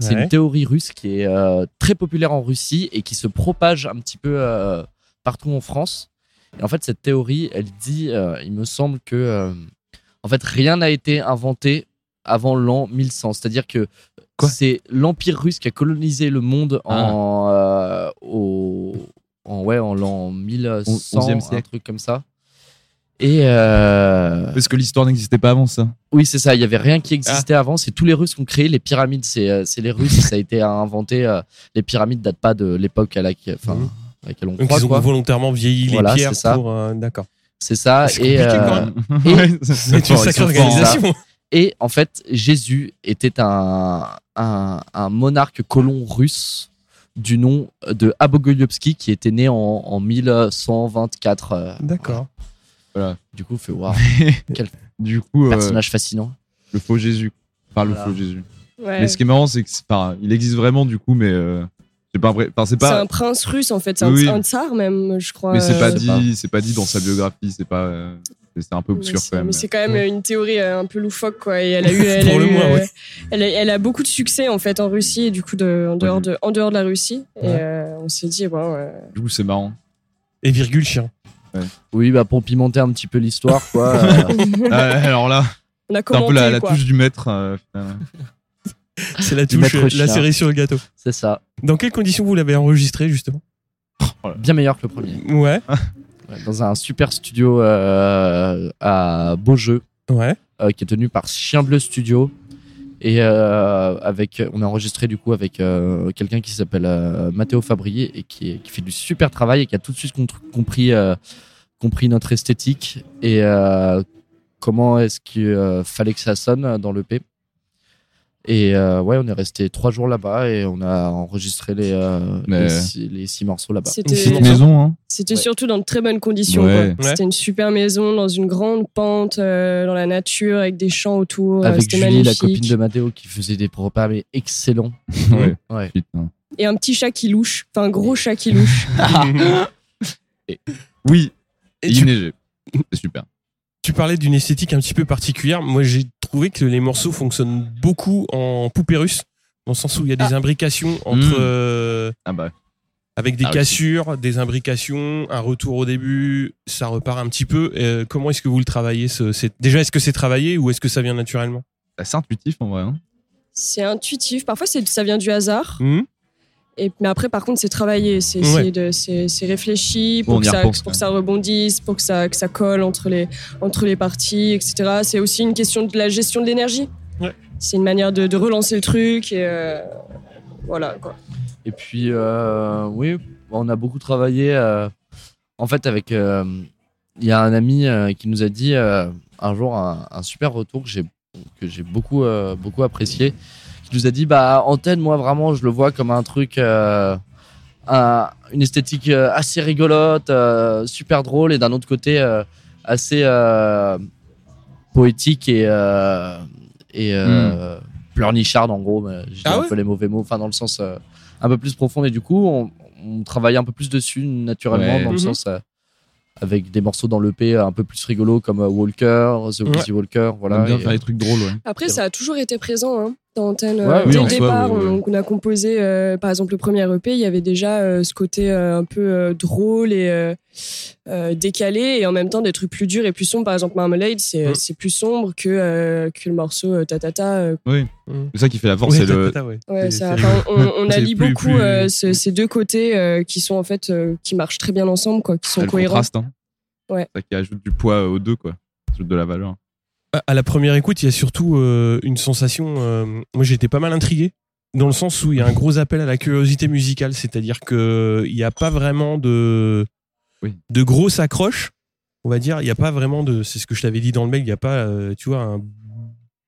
E: C'est
D: Ouais.
E: une théorie russe qui est euh, très populaire en Russie et qui se propage un petit peu euh, partout en France. Et en fait, cette théorie, elle dit, euh, il me semble que, euh, en fait, rien n'a été inventé avant l'an 1100. C'est-à-dire que
D: Quoi
E: c'est l'Empire russe qui a colonisé le monde
D: Ah.
E: en, euh, au, en, ouais, en l'an 1100,
F: Onzième
E: un
F: siècle.
E: truc comme ça. Et euh,
F: Parce que l'histoire n'existait pas avant ça.
E: oui, c'est ça. Il y avait rien qui existait
D: Ah.
E: avant. C'est tous les Russes qui ont créé les pyramides. C'est euh, c'est les Russes. ça a été inventé. euh, les pyramides datent pas de l'époque à laquelle, enfin,
D: Mhm.
E: à laquelle on
D: Donc
E: croit.
D: ils ont
E: quoi.
D: volontairement vieilli
E: Voilà,
D: les pierres
E: c'est ça.
D: pour. euh, D'accord.
E: C'est ça.
D: Ah, C'est
E: Et,
D: compliqué quand
E: euh,
D: même.
E: et-
F: Ouais, ça- ça-
D: C'est une
F: ils sont
D: sacrée
F: forts,
D: organisation.
E: Et en fait, Jésus était un, un, un monarque colon russe du nom de Abogolyubsky qui était né en, en 1124. euh,
D: D'accord.
E: Du coup, on fait waouh,
F: Du coup, euh,
E: personnage fascinant.
F: le faux Jésus. Par le
E: Voilà.
F: faux Jésus.
G: Ouais.
F: Mais ce qui est marrant, c'est que c'est- enfin, il existe vraiment, du coup, mais euh, c'est pas vrai. Enfin, c'est
G: C'est
F: pas.
G: un prince russe en fait, c'est un,
F: Oui.
G: un tsar même, je crois.
F: Mais c'est pas
G: euh,
F: dit, c'est pas dit dans sa biographie. C'est pas. euh, c'est- c'est un peu
G: mais
F: obscur
G: c'est-
F: quand même. Mhm.
G: Mais c'est quand même
D: Ouais.
G: une théorie euh, un peu loufoque quoi. Et elle a eu, elle,
D: Pour
G: a
D: le
G: eu,
D: moins,
G: euh,
D: ouais.
G: elle, a, elle a beaucoup de succès en fait en Russie et du coup de, en, dehors
F: Ouais.
G: de, en dehors de la Russie. Et
D: Ouais.
G: euh, on s'est dit, bon, euh,
F: Du coup, c'est marrant.
D: Et virgule chien.
E: Oui, bah, pour pimenter un petit peu l'histoire, quoi. euh,
F: Ah, alors là,
G: on a
F: c'est un
G: commenté
F: peu la, la
G: quoi.
F: touche du maître. euh, finalement.
D: C'est la
E: Du
D: touche,
E: maître
D: euh,
E: chien.
D: la série sur le gâteau.
E: c'est ça.
D: Dans quelles conditions vous l'avez enregistré justement
E: Bien meilleur que le premier.
D: Ouais.
E: Ouais, Dans un super studio euh, à Beaujeu.
D: Ouais.
E: euh, qui est tenu par Chien Bleu Studio. Et euh, avec, on a enregistré du coup avec euh, quelqu'un qui s'appelle euh, Matteo Fabri et qui, est- qui fait du super travail et qui a tout de suite contr- compris, euh, compris notre esthétique et euh, comment est-ce qu'il euh, fallait que ça sonne dans l'EP. Et euh, ouais, on est resté trois jours là-bas et on a enregistré les, euh,
F: Mais-
E: les, six, les six morceaux là-bas.
D: C'est
F: C'est
G: C'était
F: une maison, hein.
G: c'était
E: Ouais.
G: surtout dans de très bonnes conditions.
F: Ouais.
G: quoi.
D: Ouais.
G: C'était une super maison dans une grande pente, euh, dans la nature, avec des champs autour. euh,
E: Avec
G: c'était
E: Julie, la
G: magnifique.
E: copine de Matteo, qui faisait des repas mais excellents.
F: Ouais.
E: Ouais.
F: Putain.
G: Et un petit chat qui louche, enfin un gros chat qui louche.
F: Oui,
D: Et
F: il
D: tu,
F: neigeait. C'est super.
D: tu parlais d'une esthétique un petit peu particulière. Moi, j'ai trouvé que les morceaux fonctionnent beaucoup en poupée russe, dans le sens où il y a des imbrications entre.
F: Mm.
D: euh,
F: Ah bah.
D: avec des
F: Ah oui.
D: cassures, des imbrications, un retour au début, ça repart un petit peu. Euh, comment est-ce que vous le travaillez ce, c'est- Déjà, est-ce que c'est travaillé ou est-ce que ça vient naturellement
F: C'est intuitif en vrai. hein.
G: c'est intuitif. Parfois, c'est- ça vient du hasard.
D: Hmm
G: Et, mais après, par contre, c'est travaillé, c'est
D: Ouais.
G: c'est de- c'est- c'est réfléchi
F: Bon,
G: pour,
F: on
G: que
F: y
G: ça,
F: repense,
G: pour que
F: ouais.
G: ça rebondisse, pour que ça, que ça colle entre les, entre les parties, etc. C'est aussi une question de la gestion de l'énergie.
D: Ouais.
G: C'est une manière de, de relancer le truc. Et euh, voilà, quoi.
E: Et puis, euh, oui, on a beaucoup travaillé. euh, en fait, avec. euh, Il y a un ami euh, qui nous a dit euh, un jour un, un super retour que j'ai que j'ai beaucoup, euh, beaucoup apprécié. Qui nous a dit Bah, antenne, moi, vraiment, je le vois comme un truc. euh, un- une esthétique euh, assez rigolote, euh, super drôle, et d'un autre côté, euh, assez euh, poétique et. euh, et euh, pleurnicharde en gros, mais je dis
D: Hmm. Ah
E: un
D: ouais
E: peu les mauvais mots, enfin dans le sens euh, un peu plus profond et du coup on, on travaillait un peu plus dessus naturellement
F: Ouais.
E: dans le
D: Mhm.
E: sens euh, avec des morceaux dans l'EP un peu plus rigolo comme euh, Walker, The
D: Ouais.
E: Crazy Walker,
F: On aime
E: voilà.
F: bien
E: et,
F: faire des trucs drôles, ouais.
G: Après,
E: Et-
G: ça a toujours été présent. hein. ta antenne.
E: Ouais,
G: euh,
E: oui,
G: Dès
E: en
G: le
F: soi,
G: départ,
F: oui, oui.
G: on- on a composé, euh, par exemple, le premier EP, il y avait déjà euh, ce côté euh, un peu euh, drôle et euh, euh, décalé, et en même temps des trucs plus durs et plus sombres. Par exemple, Marmalade, c'est
D: Mm.
G: c'est plus sombre que, euh, que le morceau euh, Tatata. euh,
F: C'est ça qui fait la force, c'est le.
D: ouais. C'est-
G: ouais, ça-
D: c'est-
G: enfin, on, on
F: C'est
G: allie
F: plus-
G: beaucoup
F: plus-
G: euh, ce- ces deux côtés euh, qui sont en fait euh, qui marchent très bien ensemble, quoi, qui
F: c'est
G: sont
F: le
G: cohérents.
F: contraste. Hein.
G: Ouais.
F: C'est ça qui ajoute du poids euh, aux deux, quoi. Ça ajoute de la valeur.
D: À- À la première écoute, il y a surtout euh, une sensation. euh, moi, j'étais pas mal intrigué dans le sens où il y a un gros appel à la curiosité musicale, c'est-à-dire que il n'y a pas vraiment de
F: Oui.
D: de grosses accroches, on va dire. Il n'y a pas vraiment de. C'est ce que je t'avais dit dans le mail. Il n'y a pas, euh, tu vois, un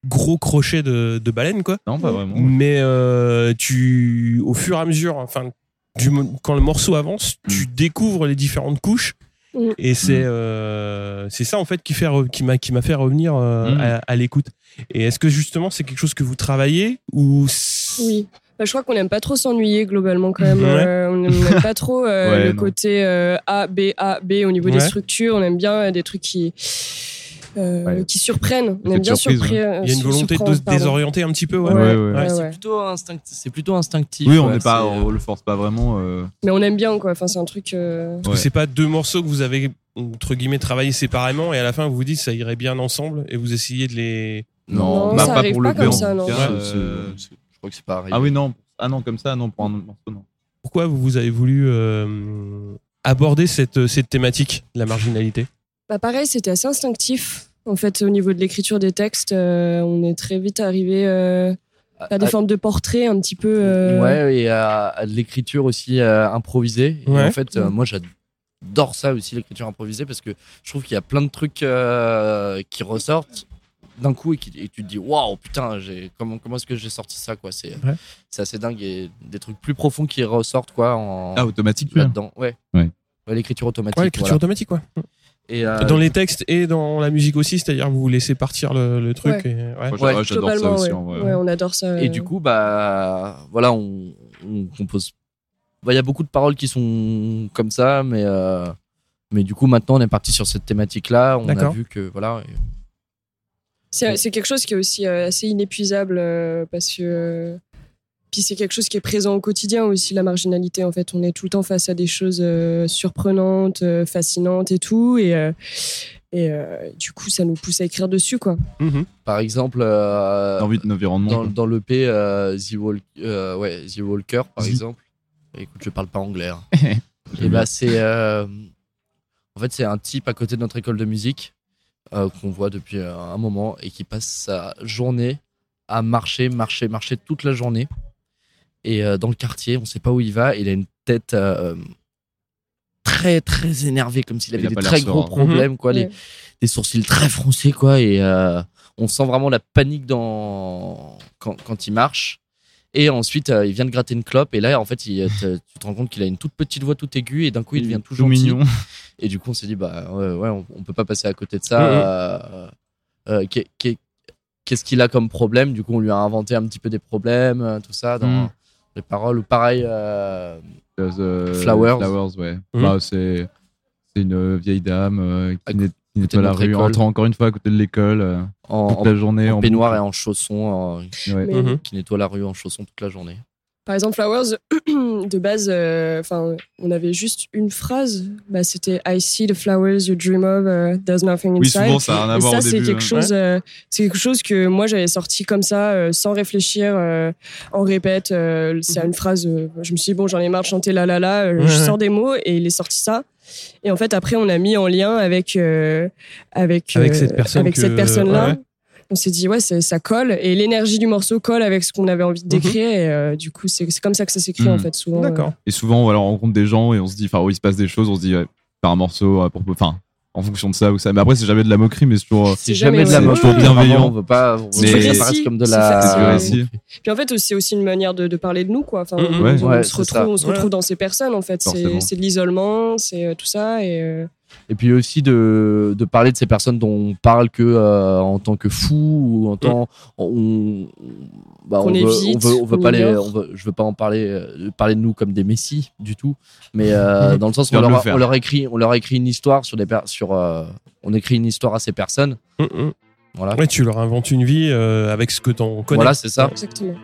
D: gros crochet de, de baleine quoi.
F: Non,
G: Mm.
F: pas vraiment.
E: Mm.
D: Mais euh, tu, au fur et à mesure, enfin, du, mo- quand le morceau avance, tu découvres les différentes couches.
G: Mm.
D: Et c'est
F: Mm.
D: euh, c'est ça en fait qui fait re- qui m'a qui m'a fait revenir euh,
F: Mm.
D: à, à l'écoute. Et est-ce que justement c'est quelque chose que vous travaillez ou c'est-
G: Oui. Bah, je crois qu'on n'aime pas trop s'ennuyer globalement quand même.
D: Ouais.
G: Euh, on n'aime pas trop euh,
F: Ouais,
G: le
F: non.
G: côté euh, A, B, A, B au niveau des
D: Ouais.
G: structures. On aime bien euh, des trucs qui, euh,
F: Ouais.
G: qui surprennent. On
F: Cette
G: aime bien
F: surprise,
G: surpris-
D: il y a une
G: sur-
D: volonté de
G: surprendre,
D: se
G: pardon.
D: désorienter un petit peu ouais.
G: Ouais,
F: Ouais, ouais.
G: Ouais,
E: c'est
G: ouais.
E: plutôt instinctif. C'est plutôt instinctif.
F: Oui, on
E: ouais,
F: n'est pas,
E: c'est, euh,
F: on, le force pas vraiment. euh,
G: Mais on aime bien quoi. Enfin, c'est un truc. euh,
D: Parce que c'est pas deux morceaux que vous avez entre guillemets travaillé séparément et à la fin vous vous dites ça irait bien ensemble et vous essayez de les
G: Non,
F: bah,
G: ça
F: pas
G: arrive
F: pour
G: pas
F: le
G: comme
F: B, en
G: ça,
F: tout
G: non.
F: cas,
E: c'est-
F: euh,
E: c'est- je crois que c'est pas arrivé.
F: Ah oui, non. Ah non, comme ça, non, pour un autre morceau, non.
D: pourquoi vous vous avez voulu euh, aborder cette cette thématique de la marginalité
G: Bah, pareil, c'était assez instinctif. En fait, au niveau de l'écriture des textes, euh, on est très vite arrivé euh, à des
E: Ah,
G: formes de portraits un petit peu. euh,
E: Ouais, et à, à de l'écriture aussi euh, improvisée. Et
D: Ouais.
E: en fait, euh,
G: Ouais.
E: moi, j'adore ça aussi, l'écriture improvisée, parce que je trouve qu'il y a plein de trucs euh, qui ressortent d'un coup et, qui, et tu te dis, waouh, putain, j'ai- comment, comment est-ce que j'ai sorti ça, quoi. C'est
D: Ouais.
E: c'est assez dingue. Et des trucs plus profonds qui ressortent, quoi, en,
F: Ah, automatique, tu vois.
E: là-dedans. Ouais.
F: Ouais.
E: Ouais, l'écriture automatique.
D: Ouais, l'écriture
E: voilà.
D: automatique quoi.
E: Et, euh,
D: dans les textes et dans la musique aussi, c'est-à-dire vous laissez partir le, le truc. et- ouais.
F: Moi,
E: Ouais,
F: j'a- j'adore ça
G: globalement,
F: aussi,
G: ouais.
F: en vrai.
G: Ouais, on adore ça. euh,
E: Et du coup, bah, voilà, on, on compose. Bah, Il y a beaucoup de paroles qui sont comme ça, mais, euh, mais du coup, maintenant, on est parti sur cette thématique-là. On a
D: D'accord.
E: vu que, voilà. et-
G: C'est c'est quelque chose qui est aussi euh, assez inépuisable euh, parce que. euh, puis c'est quelque chose qui est présent au quotidien aussi, la marginalité. En fait, on est tout le temps face à des choses euh, surprenantes, euh, fascinantes et tout. Et, euh, et euh, du coup, ça nous pousse à écrire dessus, quoi.
D: Mhm.
E: Par exemple, euh,
F: Dans vite- l'environnement.
E: dans,
F: quoi.
E: dans l'EP euh, The, Walk- euh, ouais, The Walker, par
F: The-
E: exemple. Écoute, je parle pas anglais. hein. Et
F: J'aime
E: bah, c'est. euh, en fait, c'est un type à côté de notre école de musique euh, qu'on voit depuis euh, un moment et qui passe sa journée à marcher, marcher, marcher toute la journée. Et euh, dans le quartier, on sait pas où il va. Il a une tête euh, très, très énervée, comme s'il
F: Il
E: avait
F: a
E: des
F: pas l'air
E: très
F: serein.
E: gros problèmes, quoi. des-
G: Ouais.
E: des sourcils très froncés, quoi. Et euh, on sent vraiment la panique dans... quand, quand il marche. Et ensuite, euh, il vient de gratter une clope. Et là, en fait, il, euh, te- tu te rends compte qu'il a une toute petite voix toute aiguë. Et d'un coup, il devient tout,
F: tout
E: gentil.
F: mignon.
E: Et du coup, on s'est dit, bah ouais, ouais, on, on peut pas passer à côté de ça.
D: Ouais, ouais.
E: Euh, euh, qu'est- qu'est- Qu'est-ce qu'il a comme problème Du coup, on lui a inventé un petit peu des problèmes, euh, tout ça, dans
F: Mm.
E: les paroles. Ou pareil, euh,
F: Euh,
E: Flowers. Mm.
F: Flowers, ouais.
D: Mhm.
F: Bah, c'est c'est une vieille dame euh,
E: À
F: qui n'est qui n'est
E: côté
F: pas
E: de
F: la
E: notre
F: rue,
E: école.
F: entrant encore une fois à côté de l'école, euh,
E: en,
F: toute
E: en-
F: la journée.
E: en
F: en
E: peignoir et
F: boucle.
E: en chaussons, euh,
F: Ouais.
G: Mais-
D: Mhm.
E: qui nettoie la rue en chaussons toute la journée.
G: Par exemple, Flowers, de base, euh, enfin, on avait juste une phrase. Bah, c'était I see the flowers you dream of, uh, there's nothing
F: Oui,
G: inside.
F: souvent, ça a rien à
G: Et
F: voir
G: ça,
F: au
G: c'est
F: début.
G: quelque
F: hein.
G: chose, euh, c'est quelque chose que moi j'avais sorti comme ça, euh, sans réfléchir, euh, en répète. euh, c'est une phrase. euh, je me suis dit bon, j'en ai marre de chanter la la la. euh,
D: Mhm. Ouais,
G: je
D: ouais.
G: sors des mots et il est sorti ça. Et en fait, après, on a mis en lien avec euh, avec
D: Avec
G: euh,
D: cette personne
G: avec
D: que-
G: cette personne là.
D: ouais, ouais.
G: On s'est dit ouais, c'est- ça colle et l'énergie du morceau colle avec ce qu'on avait envie de
D: Mhm.
G: décrire. Et euh, du coup, c'est c'est comme ça que ça s'écrit en
F: Mhm.
G: fait souvent. euh.
D: D'accord.
F: Et souvent, voilà, on rencontre des gens et on se dit, enfin, où il se passe des choses, on se dit, ouais, faire un morceau, euh, pour- enfin, en fonction de ça ou ça. Mais après, c'est jamais de la moquerie, mais c'est toujours. euh,
E: C'est
G: jamais
E: jamais de la
G: ouais.
E: moche.
F: Toujours bienveillant.
E: On veut pas on veut
F: Mais-
E: pas que ça paraisse comme de
G: C'est
F: du
G: euh,
E: la.
F: récit.
G: Puis en fait, c'est aussi une manière de, de parler de nous, quoi. Enfin,
D: Mhm.
G: on-
F: Ouais.
G: on,
E: Ouais,
G: se
E: c'est
G: retrouve,
E: ça.
G: on se
D: Ouais.
G: retrouve dans ces personnes, en fait. C'est
F: Forcément.
G: c'est de l'isolement, c'est euh, tout ça. Et, euh,
E: Et puis aussi de, de parler de ces personnes dont on parle que euh, en tant que fou ou en tant
D: Mm.
E: on, bah,
G: Qu'on
E: on, veut, on
G: évite,
E: veut on veut
G: qu'on
E: pas les
G: ignore.
E: on veut, je veux pas en parler euh, parler de nous comme des messies du tout mais euh,
D: Mm.
E: dans le sens où
F: Viens
E: on
F: de
E: leur,
F: le faire.
E: on leur écrit on leur écrit une histoire sur des per- sur euh, on écrit une histoire à ces personnes
D: Mhm.
E: Voilà,
D: Ouais, tu leur inventes une vie euh, avec ce que t'en connais.
E: voilà c'est ça.
G: Exactement.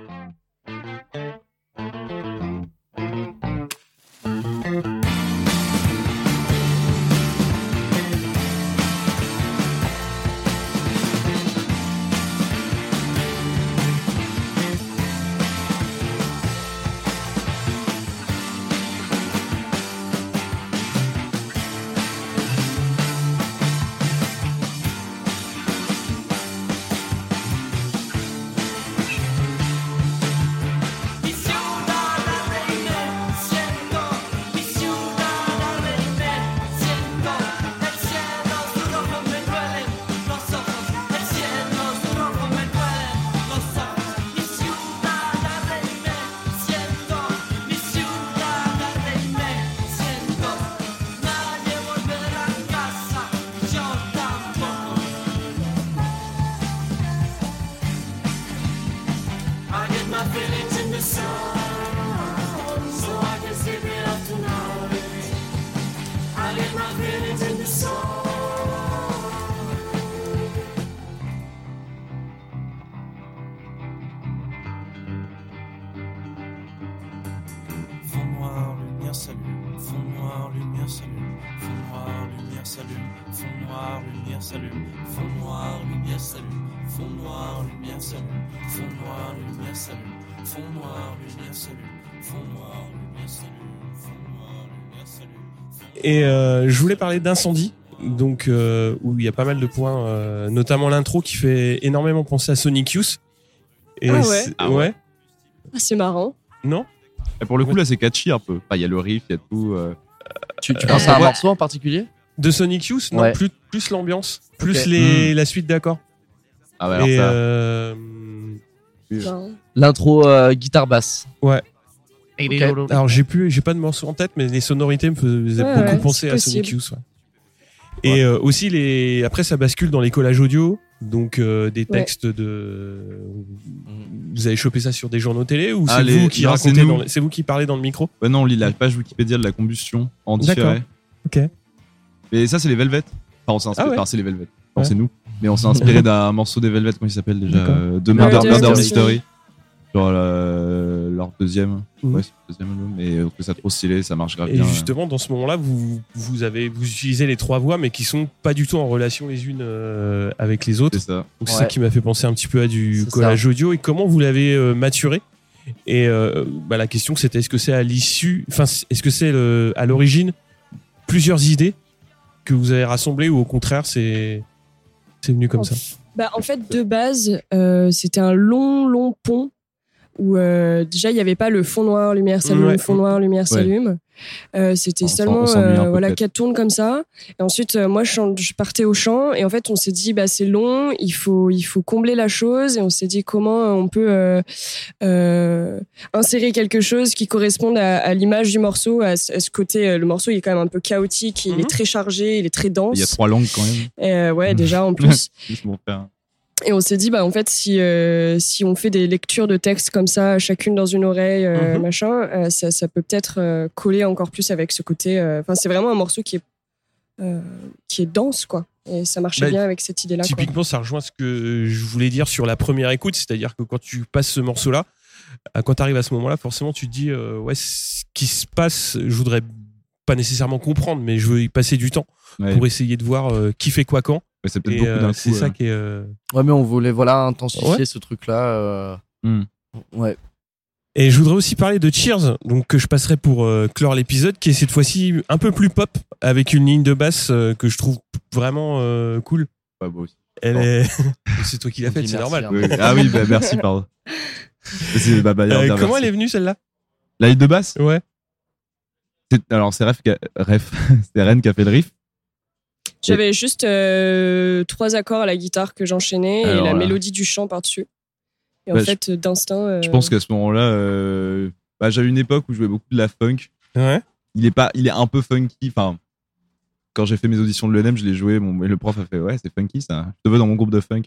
B: Fond noir, lumière s'allume. Fond noir, lumière s'allume. Fond noir, lumière s'allume. Fond noir, lumière s'allume. Fond noir, lumière s'allume. Fond noir, lumière s'allume. Fond noir, lumière s'allume. Fond noir, lumière s'allume. Fond noir, lumière s'allume. Fond noir, lumière s'allume.
D: Et euh, je voulais parler d'incendie, donc euh, où il y a pas mal de points, euh, notamment l'intro qui fait énormément penser à Sonic Youth. Et
G: Ah ouais.
D: c'est-
F: Ah
D: ouais.
G: Ah, c'est marrant.
D: Non
F: Et pour le coup, là, c'est catchy un peu. Enfin, Il y a le riff, il y a tout. euh,
E: Tu, tu penses à un morceau en particulier
D: De Sonic Youth Non,
E: Ouais.
D: plus, plus l'ambiance, plus
E: Ok.
D: les, la suite d'accords.
F: Ah ouais, alors
D: Et,
F: ça,
D: euh,
G: Marrant.
E: L'intro euh, guitare basse.
D: Ouais.
E: Ok.
D: alors j'ai plus, j'ai pas de morceau en tête, mais les sonorités me faisaient
G: Ouais,
D: beaucoup
G: ouais,
D: penser
G: c'est
D: à Sonic
G: possible.
D: Youth. ouais. Et euh, aussi les, après ça bascule dans les collages audio, donc euh, des textes de. Vous avez chopé ça sur des journaux télé ou
F: Ah,
D: c'est
F: les-
D: vous qui
F: non,
D: racontez
F: c'est nous.
D: dans le- C'est vous qui parlez dans le micro
F: Ouais, non, on lit la page Wikipédia de la combustion en différé.
D: Ok.
F: Et ça, c'est les Velvet. Enfin, on s'est inspiré.
D: Ah ouais.
F: enfin, c'est les Velvet. Enfin,
D: Ouais.
F: c'est nous. Mais on s'est inspiré d'un morceau des Velvet, comment il s'appelle déjà
D: D'accord. Ah,
F: euh, De
D: Murder
F: Murder, Murder
D: Mystery.
F: Mystery. Genre euh, leur deuxième.
D: Mhm.
F: Ouais, c'est le deuxième album. Mais on trouve ça trop stylé, ça marche grave
D: Et
F: Ah, bien.
D: justement, dans ce moment-là, vous, vous, avez, vous utilisez les trois voix, mais qui sont pas du tout en relation les unes euh, avec les autres.
F: C'est ça.
D: Donc c'est
E: Ouais.
D: ça qui m'a fait penser un petit peu à du
E: C'est
D: collage audio. Et comment vous l'avez euh, maturé Et euh, bah, la question, c'était est-ce que c'est à l'issue, enfin, c- est-ce que c'est le- à l'origine plusieurs idées que vous avez rassemblées ou au contraire, c'est c'est venu
E: Oh,
D: comme ça
G: Bah, en fait, de base, euh, c'était un long, long pont où euh, déjà il n'y avait pas le fond noir, lumière s'allume,
D: Ouais.
G: fond noir, lumière s'allume. Euh, c'était
F: On s'en- on
G: seulement
F: s'ennuie un
G: euh,
F: peu,
G: voilà
F: peut-être.
G: quatre tournes comme ça. Et ensuite, euh, moi, je, chante- je partais au chant et en fait, on s'est dit bah c'est long, il faut il faut combler la chose et on s'est dit comment euh, on peut euh, euh, insérer quelque chose qui corresponde à, à l'image du morceau, à, ce à ce côté. euh, Le morceau, il est quand même un peu chaotique, il
D: Mhm.
G: est très chargé, il est très dense.
F: Il y a trois langues quand même.
G: Euh, ouais, déjà en plus.
F: Juste pour faire.
G: Et on s'est dit, bah, en fait, si, euh, si on fait des lectures de textes comme ça, chacune dans une oreille, euh,
D: Mhm.
G: machin, euh, ça, ça peut peut-être euh, coller encore plus avec ce côté. euh, Enfin, c'est vraiment un morceau qui est, euh, qui est dense, quoi. Et ça marchait
D: Bah,
G: bien avec cette idée-là. quoi.
D: Typiquement, ça rejoint ce que je voulais dire sur la première écoute, c'est-à-dire que quand tu passes ce morceau-là, euh, quand tu arrives à ce moment-là, forcément, tu te dis, euh, ouais, ce qui se passe, je voudrais pas nécessairement comprendre, mais je veux y passer du temps
F: Ouais.
D: pour essayer de voir euh, qui fait quoi quand.
F: Ouais, c'est peut-être
D: Et
F: beaucoup
D: euh,
F: d'un coup.
D: c'est ça
F: euh.
D: qui est. euh,
E: Ouais, mais on voulait voilà intensifier
D: Ouais.
E: ce truc-là. euh,
F: Hmm.
E: Ouais.
D: Et je voudrais aussi parler de Cheers, donc que je passerai pour euh, clore l'épisode, qui est cette fois-ci un peu plus pop, avec une ligne de basse euh, que je trouve vraiment euh, cool.
F: Ouais, bah, aussi.
D: Elle
F: Bon.
D: est. c'est toi qui l'as faite,
E: Merci,
D: c'est normal.
E: hein.
F: Oui, oui. Ah oui, bah, merci, pardon. C'est- bah, bah,
D: Euh,
F: Murder
D: comment elle
F: Mystery.
D: est venue celle-là
F: La ligne de basse
D: Ouais.
F: C'est- Alors, c'est Ref, qui a- Ref. c'est Ren qui a fait le riff.
G: J'avais juste euh, trois accords à la guitare que j'enchaînais et
F: Alors
G: la
F: là.
G: mélodie du chant par-dessus. Et en
F: Bah, je-
G: fait, euh, d'instinct.
F: Je
G: euh,
F: pense qu'à ce moment-là, euh, bah, j'avais une époque où je jouais beaucoup de la funk.
D: Ouais.
F: Il est pas, il est un peu funky. Enfin, quand j'ai fait mes auditions de l'ENM, je l'ai joué. Bon, mais le prof a fait ouais, c'est funky ça. Je te veux dans mon groupe de funk.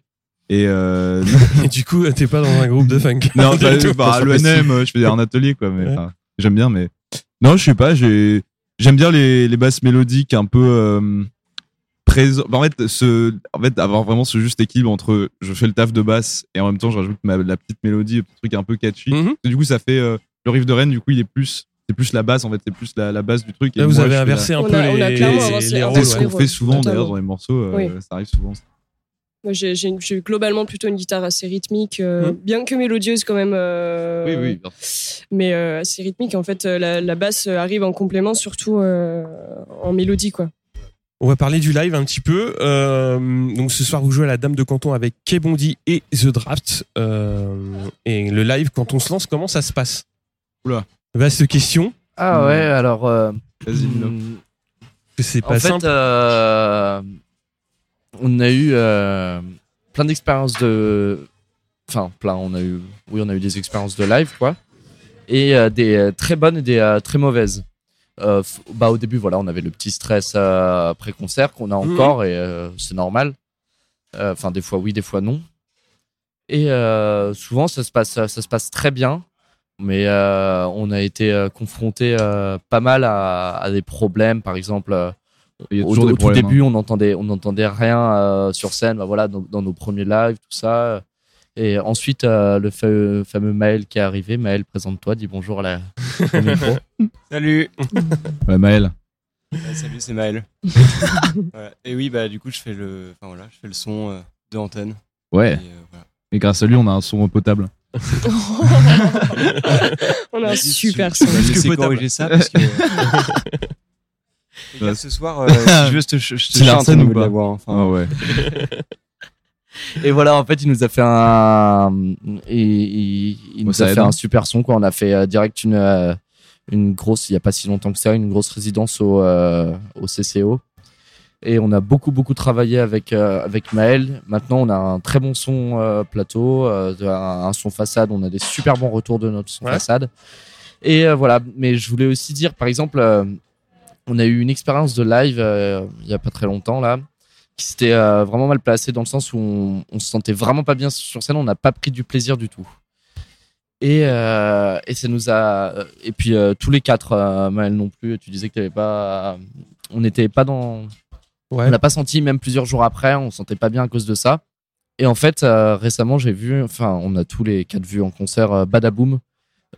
F: Et euh,
D: Et du coup, t'es pas dans un groupe de funk.
F: non,
D: Du
F: bah,
D: tout.
F: bah, à l'ENM, euh, je faisais un atelier quoi. Mais
D: Ouais.
F: enfin, j'aime bien. Mais non, je sais pas. J'ai, j'aime bien les, les basses mélodiques un peu euh, présent. bah, en fait, ce, en fait, avoir vraiment ce juste équilibre entre je fais le taf de basse et en même temps je rajoute ma, la petite mélodie, le petit truc un peu catchy.
D: Mhm.
F: Et Du coup, ça fait euh, le riff de Rennes. Du coup, il est plus, c'est plus la basse. En fait, c'est plus la, la basse du truc. et
D: Là, vous
F: moi,
D: avez
F: je fais la-
D: inversé un
G: On
D: peu
G: a- on a
D: les,
G: clairement
D: les-
G: inversé- hein.
D: les
G: inversé
D: rôles.
F: C'est
G: rôle,
F: ce
D: ouais.
G: ouais.
F: qu'on fait souvent d'ailleurs
G: Notamment.
F: dans les morceaux. euh,
G: Oui.
F: Ça arrive souvent. ça.
G: Moi, j'ai j'ai une- j'ai globalement plutôt une guitare assez rythmique, euh,
D: Mhm.
G: bien que mélodieuse quand même. euh,
F: Oui, oui. bien sûr.
G: Mais euh, assez rythmique. En fait, euh, la, la basse arrive en complément, surtout euh, en mélodie, quoi.
D: On va parler du live un petit peu. Euh, donc ce soir, vous jouez à la Dame de Canton avec Kebondi et The Draft. Euh, et le live, quand on se lance, comment ça se passe
F: Oula.
D: Vaste question.
E: Ah ouais,
D: Hmm.
E: alors. euh,
F: Vas-y, Lino.
E: hmm,
D: parce que C'est
E: En
D: pas
E: fait,
D: simple.
E: euh, on a eu euh, plein d'expériences de. Enfin, plein, on a eu. Oui, on a eu des expériences de live, quoi. Et euh, des euh, très bonnes et des euh, très mauvaises. Euh, f- bah, au début, voilà, on avait le petit stress euh, pré-concert qu'on a
D: Mhm.
E: encore et euh, c'est normal. Euh, Enfin, des fois oui, des fois non. Et euh, souvent, ça se passe, ça se passe très bien. Mais euh, on a été euh, confronté euh, pas mal à, à des problèmes, par exemple. euh,
F: Il y a
E: au,
F: toujours
E: au
F: des
E: tout
F: problèmes. hein.
E: début, on entendait, on n'entendait rien euh, sur scène. bah voilà, dans, dans nos premiers lives, tout ça. Et ensuite, euh, le fa- fameux Maël qui est arrivé. Maël, présente-toi, dis bonjour à la.
F: hein.
E: au micro.
H: Salut
F: Ouais, Maël.
H: Euh, Salut, c'est Maël. Voilà. Et oui, bah du coup, je fais le, enfin, voilà, je fais le son euh, de antenne. Et,
F: Ouais.
H: euh, voilà.
F: Et grâce à lui, on a un son potable.
G: On a un
H: Vas-y, tu-
G: super son.
H: tu vas me
D: Plus que
H: laisser
D: potable.
H: corriger ça parce que. Les gars, ce soir, euh, si je veux, je te, je te
F: C'est Larsen
H: chante au
F: ou
H: niveau de
F: pas
H: la voix, hein. Enfin,
F: Ah ouais.
E: Et voilà, en fait, il nous a fait un, il, il- il
F: Bon,
E: nous
F: ça
E: a
F: aide,
E: fait
F: hein.
E: un super son, quoi. On a fait euh, direct une, euh, une grosse, il n'y a pas si longtemps que ça, une grosse résidence au, euh, au CCO. Et on a beaucoup, beaucoup travaillé avec, euh, avec Maël. Maintenant, on a un très bon son euh, plateau, euh, un, un son façade. On a des super bons retours de notre son
D: Ouais.
E: façade. Et euh, voilà. Mais je voulais aussi dire, par exemple, euh, on a eu une expérience de live euh, il y a pas très longtemps, là qui s'était euh, vraiment mal placé dans le sens où on, on se sentait vraiment pas bien sur scène, on n'a pas pris du plaisir du tout. Et, euh, et ça nous a. Et puis euh, tous les quatre, euh, Maël non plus, tu disais que t'avais pas. On n'était pas dans.
D: Ouais.
E: On n'a pas senti, même plusieurs jours après, on ne sentait pas bien à cause de ça. Et en fait, euh, récemment, j'ai vu, enfin, on a tous les quatre vu en concert euh, Badaboom,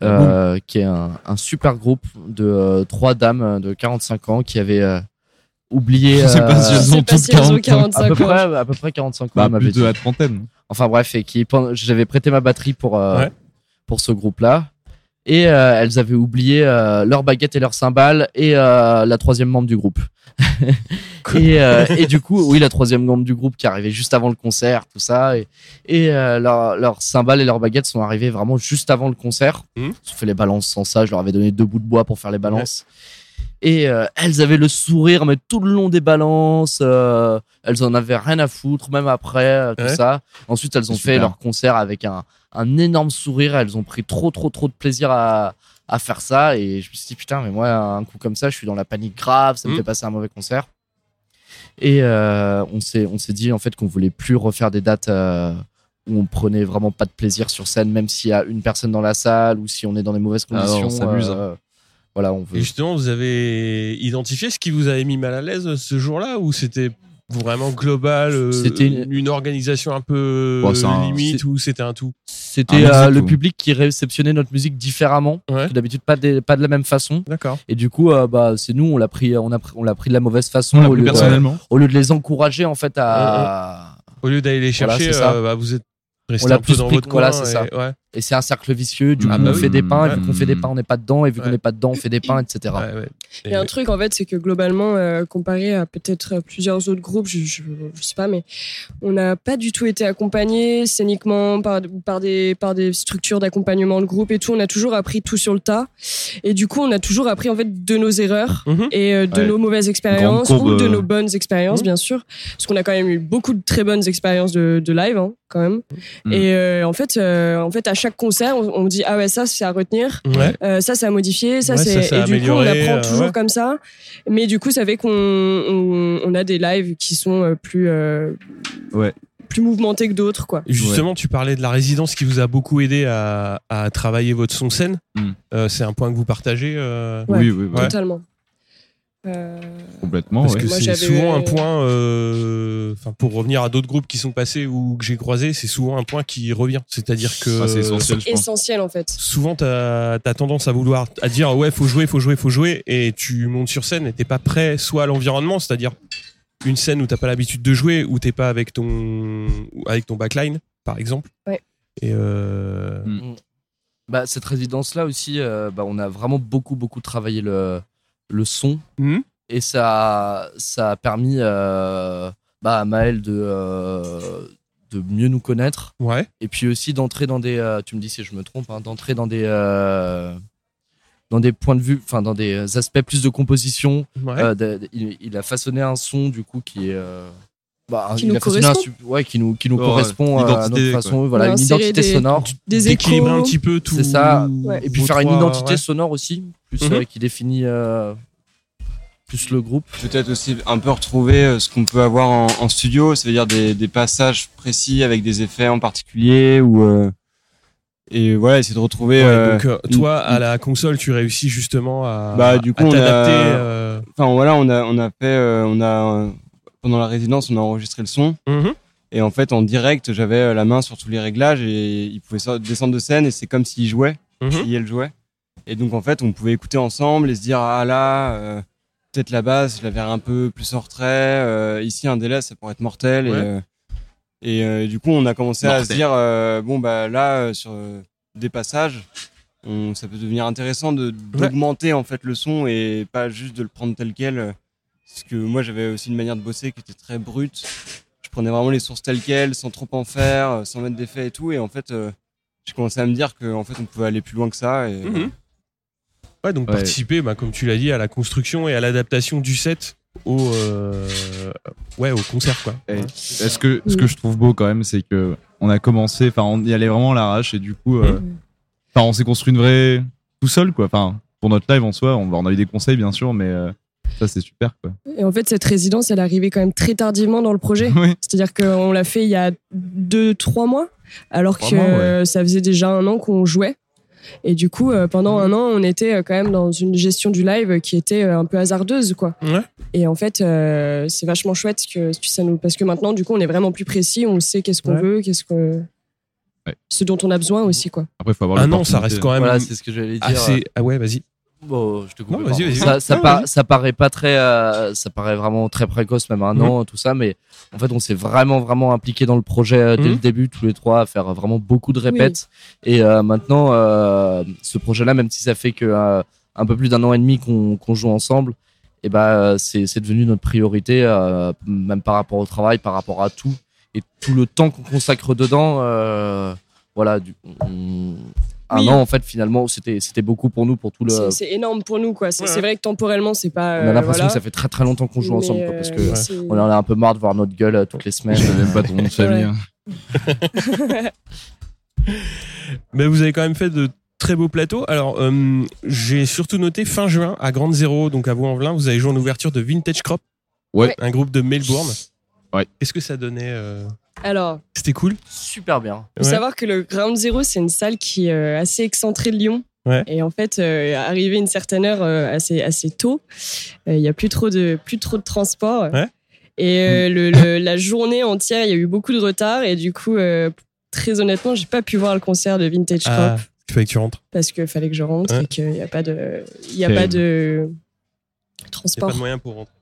F: Ah
E: euh, qui est un, un super groupe de euh, trois dames euh, de 45 ans qui avaient euh, oublié.
F: Je sais pas si
G: Je
E: euh,
F: elles
G: sais
F: ont
G: pas
F: toutes
G: si elles ont
F: 45.
E: à peu
G: 45 ans.
E: près, à peu près 45 ans.
F: Bah,
E: on m'avait
F: plus de
E: dit.
F: la trentaine.
E: Enfin bref, et qui pen- j'avais prêté ma batterie pour euh,
D: Ouais.
E: pour ce groupe-là. Et euh, elles avaient oublié euh, leur baguette et leur cymbale et euh, la troisième membre du groupe. et, euh, et du coup, oui, la troisième membre du groupe qui arrivait juste avant le concert, tout ça. Et, et euh, leur- leurs cymbales et leurs baguettes sont arrivées vraiment juste avant le concert.
D: Mhm.
E: Ils ont fait les balances sans ça. Je leur avais donné deux bouts de bois pour faire les balances. Et euh, elles avaient le sourire, mais tout le long des balances. euh, elles en avaient rien à foutre, même après, euh, tout
D: Ouais.
E: ça. Ensuite, elles ont
F: Super.
E: fait leur concert avec un, un énorme sourire. Elles ont pris trop, trop, trop de plaisir à, à faire ça. Et je me suis dit, putain, mais moi, un coup comme ça, je suis dans la panique grave, ça me
D: Mm.
E: fait passer un mauvais concert. Et euh, on s'est on s'est dit, en fait, qu'on voulait plus refaire des dates euh, où on prenait vraiment pas de plaisir sur scène, même s'il y a une personne dans la salle ou si on est dans les mauvaises
F: Ah ouais,
E: conditions.
F: on s'amuse,
E: euh, voilà, on veut.
D: Et justement, vous avez identifié ce qui vous avait mis mal à l'aise euh, ce jour-là ou c'était vraiment global euh,
E: C'était une-
D: une organisation un peu
F: Bon, c'est un-
D: limite
E: c'est-
D: ou c'était un tout
E: C'était
F: Ah, mais
E: euh,
F: c'est
E: le
F: tout.
E: public qui réceptionnait notre musique différemment.
D: Ouais.
E: que D'habitude, pas, des- pas de la même façon.
D: D'accord.
E: Et du coup, euh, bah, c'est nous, on l'a pris, on a, pr- on l'a pris de la mauvaise façon.
F: On l'a
E: au,
F: pris
E: lieu de,
F: personnellement.
E: au lieu de les encourager en fait à.
D: Au lieu d'aller les
E: Voilà,
D: chercher,
E: c'est ça.
D: euh, bah, vous êtes resté
E: l'a
D: un peu
E: plus
D: dans
E: pris-
D: votre coin.
E: voilà, c'est ça.
D: et- ouais.
E: Et c'est un cercle vicieux. Du
F: Ah
E: coup,
D: bah
E: on
D: oui.
E: fait des pains. Et vu
F: Ouais.
E: qu'on fait des pains, on n'est pas dedans. Et vu qu'on
D: Ouais.
E: n'est pas dedans, on fait des pains, etc.
D: Ouais, ouais.
G: Il y a un truc en fait, c'est que globalement, euh, comparé à peut-être plusieurs autres groupes, je, je, je sais pas, mais on n'a pas du tout été accompagné scéniquement par, par, des, par des structures d'accompagnement de groupe et tout. On a toujours appris tout sur le tas. Et du coup, on a toujours appris en fait de nos erreurs
D: Mhm.
G: et euh, de
F: Ouais.
G: nos mauvaises expériences
F: Grande courbe,
G: ou de
F: euh.
G: nos bonnes expériences,
D: Mhm.
G: bien sûr. Parce qu'on a quand même eu beaucoup de très bonnes expériences de, de live, hein, quand même.
F: Mhm.
G: Et euh, en, fait, euh, en fait, à chaque concert, on, on dit Ah ouais, ça, c'est à retenir.
D: Ouais.
G: Euh, ça, c'est à modifier, ça,
D: Ouais, ça,
G: c'est.
D: c'est
G: Et
D: à
G: du coup, on
D: améliorer,
G: apprend
D: euh,
G: toujours
D: ouais.
G: comme ça. Mais du coup, ça fait qu'on on, on a des lives qui sont euh, plus. euh,
F: Ouais.
G: Plus mouvementés que d'autres, quoi.
D: Justement, tu parlais de la résidence qui vous a beaucoup aidé à, à travailler votre son scène.
F: Mm.
D: Euh, c'est un point que vous partagez. euh,
G: Ouais.
F: Oui, oui, oui.
D: Ouais.
G: Totalement. Euh,
F: Complètement,
D: Parce
F: ouais.
D: que
G: Moi,
D: c'est
G: j'avais-
D: souvent un point, euh, enfin, pour revenir à d'autres groupes qui sont passés ou que j'ai croisés, c'est souvent un point qui revient. C'est-à-dire que
F: Ah, c'est essentiel, je pense.
G: essentiel en fait.
D: souvent, t'as as tendance à vouloir, à dire, ouais, faut jouer, faut jouer, faut jouer, et tu montes sur scène et t'es pas prêt soit à l'environnement, c'est-à-dire une scène où t'as pas l'habitude de jouer, où t'es pas avec ton, ou avec ton backline, par exemple.
G: Ouais.
D: Et euh,
E: Bah, cette résidence-là aussi, euh, bah, on a vraiment beaucoup, beaucoup travaillé le, le son.
D: Mhm.
E: Et ça, ça a permis euh, bah, à Maël de, euh, de mieux nous connaître.
D: ouais.
E: Et puis aussi d'entrer dans des. euh, tu me dis si je me trompe, hein, d'entrer dans des. euh, dans des points de vue, enfin dans des aspects plus de composition.
D: ouais.
E: Euh, de- de- il, il a façonné un son du coup qui est. euh, bah,
G: Qui
E: il
G: nous
E: a façonné un
G: correspond.
E: sup- ouais, qui nous, qui nous
F: Ouais,
E: correspond euh, à
F: identité,
E: notre
F: quoi.
E: façon. Voilà,
G: On a
E: une
G: inséré
E: identité
G: des-
E: sonore.
G: Des échos.
D: D'équilibrer un petit peu tout.
E: C'est ça.
G: Ouais.
E: Et puis
D: vos
E: faire une
D: trois-
E: identité
D: ouais.
E: sonore aussi, plus
D: Mhm.
E: euh, qui définit euh, plus le groupe.
H: Peut-être aussi un peu retrouver euh, ce qu'on peut avoir en, en studio, c'est-à-dire des, des passages précis avec des effets en particulier ou. euh, et voilà, essayer de retrouver.
D: Ouais,
H: euh,
D: donc, euh,
H: une-
D: toi, à la console, tu réussis justement à,
H: Bah, du coup,
D: à
H: on a-
D: t'adapter. euh,
H: Enfin voilà, on a, on a fait. euh, on a, euh, pendant la résidence, on a enregistré le son.
D: mhm.
H: Et en fait, en direct, j'avais euh, la main sur tous les réglages et il pouvait sor- descendre de scène et c'est comme s'il jouait,
D: Mhm.
H: s'il et elle jouait. Et donc, en fait, on pouvait écouter ensemble et se dire, ah là, euh, peut-être la basse, je la verrais un peu plus en retrait. euh, ici, un délai, ça pourrait être mortel. Et,
D: Ouais.
H: euh, et euh, du coup, on a commencé à se
F: Mortel.
H: dire, euh, bon, bah là, euh, sur euh, des passages, on- ça peut devenir intéressant de d'augmenter en fait le son et pas juste de le prendre tel quel. euh, Parce que moi j'avais aussi une manière de bosser qui était très brute. Je prenais vraiment les sources telles quelles, sans trop en faire, euh, sans mettre d'effet et tout. Et en fait, euh, j'ai commencé à me dire qu'en fait on pouvait aller plus loin que ça. Et, euh,
D: Mhm. Ouais, donc
F: Ouais.
D: participer, bah, comme tu l'as dit, à la construction et à l'adaptation du set au, euh, ouais, au concert, quoi.
F: Et ce que ce que je trouve beau quand même, c'est que on a commencé, enfin on y allait vraiment à l'arrache et du coup, euh, enfin on s'est construit une vraie tout seul quoi. Enfin pour notre live en soi, on, on a eu des conseils bien sûr, mais euh, ça c'est super quoi.
G: Et en fait, cette résidence, elle est arrivée quand même très tardivement dans le projet.
F: Oui.
G: C'est-à-dire qu'on l'a fait il y a deux, trois mois, alors
F: Trois
G: que
F: mois, ouais.
G: euh, ça faisait déjà un an qu'on jouait. Et du coup, euh, pendant un an, on était euh, quand même dans une gestion du live qui était euh, un peu hasardeuse, quoi.
D: Ouais.
G: Et en fait, euh, c'est vachement chouette que ça nous, parce que maintenant, du coup, on est vraiment plus précis, on sait qu'est-ce qu'on
D: Ouais.
G: veut, qu'est-ce que,
F: Ouais.
G: ce dont on a besoin aussi, quoi.
F: Après faut avoir
D: Un an, Ah ça
F: l'opportunité.
D: reste quand même
E: Voilà, c'est ce que j'allais dire.
D: assez. Ah ouais, vas-y.
E: Bon, je te coupe.
D: Non, vas-y, vas-y.
E: ça, ça,
D: Non,
E: par-
D: vas-y.
E: ça paraît pas très, euh, ça paraît vraiment très précoce, même un
D: Mhm.
E: an, tout ça. Mais en fait, on s'est vraiment, vraiment impliqué dans le projet euh, dès
D: Mhm.
E: le début, tous les trois, à faire euh, vraiment beaucoup de répètes. Et euh, maintenant, euh, ce projet-là, même si ça fait que euh, un peu plus d'un an et demi qu'on qu'on joue ensemble, et ben, euh, c'est c'est devenu notre priorité, euh, même par rapport au travail, par rapport à tout et tout le temps qu'on consacre dedans. euh, voilà, du, on- un
G: Oui.
E: an en fait finalement c'était c'était beaucoup pour nous pour tout le
G: C'est- C'est énorme pour nous, quoi. C'est
D: Ouais.
G: c'est vrai que temporellement, c'est pas.
E: on a
G: euh,
E: l'impression
G: voilà.
E: que ça fait très très longtemps qu'on joue
G: Mais,
E: ensemble, quoi, parce que
G: euh,
D: ouais.
G: c'est-
E: on en a un peu marre de voir notre gueule euh, toutes les semaines.
F: Je n'aime pas ton nom de famille. hein.
D: Mais vous avez quand même fait de très beaux plateaux. Alors, euh, j'ai surtout noté fin juin à Grande Zéro, donc à Vaux-en-Velin, vous avez joué en ouverture de Vintage Crop.
F: Ouais.
D: Un groupe de Melbourne.
F: Ouais.
D: Qu'est-ce que ça donnait euh,
G: Alors,
D: C'était cool.
E: Super bien.
G: Faut
D: Ouais.
G: savoir que le Ground Zero, c'est une salle qui est euh, assez excentrée de Lyon.
D: Ouais.
G: Et en fait, euh, arrivé une certaine heure euh, assez, assez tôt, euh, il n'y a plus trop de, plus trop de transport.
D: Ouais. Mm.
G: Et euh, le- le- la journée entière, il y a eu beaucoup de retard. Et du coup, euh, très honnêtement, j'ai pas pu voir le concert de Vintage Crop
D: Ah, il fallait que tu rentres.
G: parce qu'il fallait que je rentre
D: Ouais.
G: et qu'il n'y a pas de, il y a
F: Terrible.
G: pas de
D: Il n'y a
G: transport.
D: pas de moyen pour rentrer.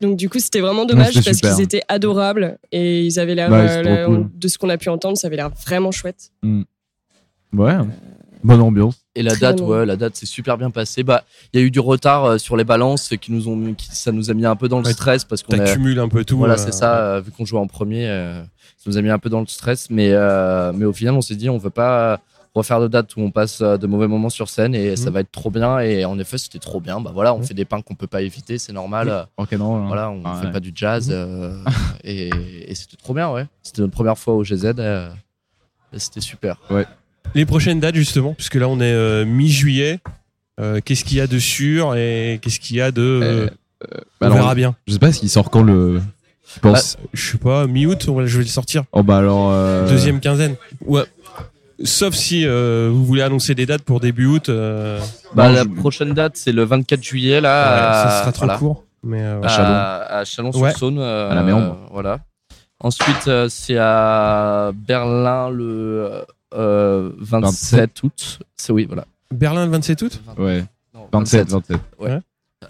G: Donc du coup, c'était vraiment dommage
F: c'était
G: parce
F: super.
G: qu'ils étaient adorables et ils avaient l'air,
F: Ouais,
G: euh,
F: c'était trop
G: la-
F: cool.
G: de ce qu'on a pu entendre, ça avait l'air vraiment chouette.
F: Ouais, bonne ambiance.
E: Et la
G: Très
E: date,
G: bien.
E: ouais, la date s'est super bien passée. Bah, il y a eu du retard euh, sur les balances qui nous ont, mis- qui, ça nous a mis un peu dans le
D: Ouais,
E: stress parce qu'on a,
D: T'accumules un peu tout.
E: voilà,
D: euh,
E: c'est ça. euh, vu qu'on jouait en premier, euh, ça nous a mis un peu dans le stress, mais euh, mais au final, on s'est dit, on veut pas refaire de date où on passe euh, de mauvais moments sur scène et ça
D: Mhm.
E: va être trop bien. Et en effet, c'était trop bien. Bah voilà, on
D: Mhm.
E: fait des pains qu'on peut pas éviter, c'est normal. euh,
F: Ok, non, hein.
E: Voilà, on
F: Ah
E: fait
F: ouais.
E: pas du jazz euh, et, et c'était trop bien, ouais. C'était notre première fois au GZ, euh, et c'était super.
D: Les prochaines dates justement, puisque là on est euh, mi-juillet. euh, qu'est-ce qu'il y a de sûr et qu'est-ce qu'il y a de euh,
F: Euh, Bah
D: on
F: alors,
D: verra bien.
F: Je sais pas s'il sort quand le. Je pense.
D: Je sais pas mi-août, on va- je vais le sortir
F: oh bah alors. euh,
D: deuxième quinzaine. Ouais. Sauf si euh, vous voulez annoncer des dates pour début août. euh,
E: Bah,
F: Non,
E: la
F: je-
E: prochaine date, c'est le 24 juillet, là.
D: ouais,
E: à-
D: ça sera trop
E: Ah, voilà. Ah.
D: court. Mais euh,
E: à
F: Chalon.
E: à Chalon-sur-Saône. euh,
F: À la Méambre.
E: Voilà. Ensuite, euh, c'est à Berlin le euh, 27 août. C'est oui, voilà.
D: Berlin le 27 août
F: Ouais,
E: Non,
F: 27, 27.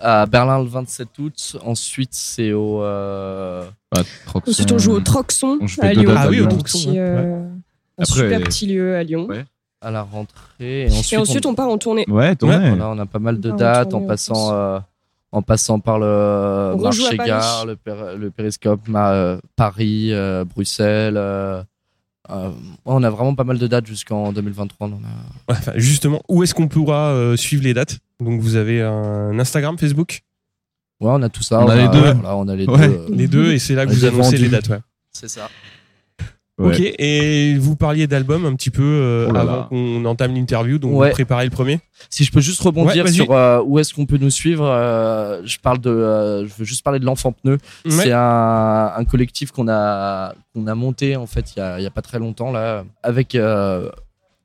E: À Berlin le 27 août. Ensuite, c'est au. euh,
F: Pas trop que
G: Ensuite,
F: ça.
G: on joue au Troxon
F: On joue
G: à
F: les deux
G: Lyon.
F: dates à
G: Un
D: Ah oui, au
F: Lyon.
D: Troxon,
G: petit,
D: ouais.
G: euh, un
F: Après,
G: super
F: les-
G: petit lieu à Lyon.
F: Ouais.
E: à la rentrée. Et
G: Et
E: ensuite,
G: ensuite, on part en tournée.
F: Ouais, tournez.
E: Voilà, on a pas mal de
G: Ah, on
E: dates en
G: tourne en
E: passant,
G: France.
E: euh, en passant par le euh,
G: On rejoue à
E: marché
G: Paris.
E: gare, le, Pér- le périscope, ma- euh, Paris, euh, Bruxelles. euh, euh, ouais, on a vraiment pas mal de dates jusqu'en 2023. on en a-
D: Ouais, enfin, Justement, où est-ce qu'on pourra euh, suivre les dates Donc vous avez un Instagram, Facebook,
E: Ouais, on a tout ça.
F: On a les deux.
E: voilà, on a les
F: Ouais.
E: deux. euh,
D: les deux, et c'est là que
E: Ouais,
D: vous
E: j'ai
D: annoncez
E: vendu.
D: les dates. ouais.
E: C'est ça.
F: Ouais.
D: Ok, et vous parliez d'album un petit peu euh,
F: Oh là
D: avant
F: là.
D: qu'on entame l'interview, donc
E: Ouais.
D: vous préparez le premier.
E: Si je peux juste rebondir
D: Ouais, vas-y.
E: sur euh, où est-ce qu'on peut nous suivre, euh, je parle de, euh, je veux juste parler de l'enfant pneu.
D: Ouais.
E: C'est un, un collectif qu'on a, qu'on a monté en fait il y a, il y a pas très longtemps là, avec euh,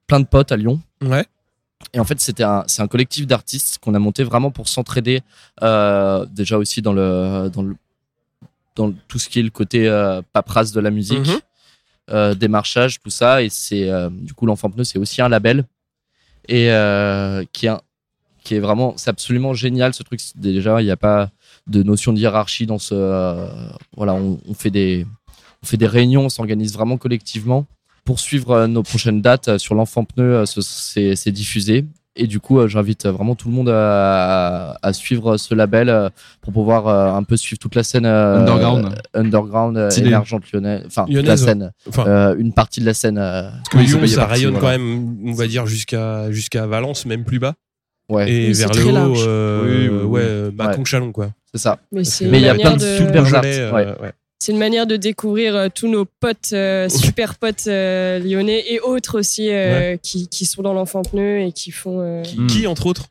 E: plein de potes à Lyon.
D: Ouais.
E: Et en fait, c'était un, c'est un collectif d'artistes qu'on a monté vraiment pour s'entraider, euh, déjà aussi dans le, dans le, dans le- tout ce qui est le côté euh, paperasse de la musique,
D: Mhm.
E: euh, démarchage, tout ça. Et c'est, euh, du coup, l'enfant pneu, c'est aussi un label et euh, qui est un- qui est vraiment, c'est absolument génial ce truc. C'est- Déjà, il n'y a pas de notion de hiérarchie dans ce, euh, voilà, on, on fait des, on fait des réunions, on s'organise vraiment collectivement pour suivre euh, nos prochaines dates euh, sur l'enfant pneu. euh, ce- C'est c'est diffusé. Et du coup, euh, j'invite euh, vraiment tout le monde à, à suivre euh, ce label euh, pour pouvoir euh, un peu suivre toute la scène euh,
F: Underground.
E: euh, underground euh,
F: Stylé.
E: émergente lyonnaise, enfin toute la
D: Lyonnaise, ouais.
E: scène,
D: Enfin,
E: euh, une partie de la scène. euh,
F: Comment il
D: Lyon,
F: s'appelle, il y a
D: ça
F: parti,
D: rayonne
F: voilà.
D: quand même, on va dire jusqu'à jusqu'à Valence, même plus bas,
E: ouais,
D: et
G: Oui, c'est
D: vers le
G: très
D: haut,
G: large.
D: euh,
F: Oui, oui, oui.
D: ouais, euh, bah,
E: Ouais.
D: Conchalon quoi.
E: c'est ça.
G: Mais c'est une, euh,
E: Mais il y a
G: manière
E: plein de
G: de-
E: tout le Bergerac,
D: Beaujolais,
E: ouais.
D: ouais.
G: c'est une manière de découvrir euh, tous nos potes, euh, super potes euh, lyonnais et autres aussi euh, qui, qui sont dans l'enfant pneu et qui font. euh,
D: Qui,
F: Hmm.
D: qui, entre autres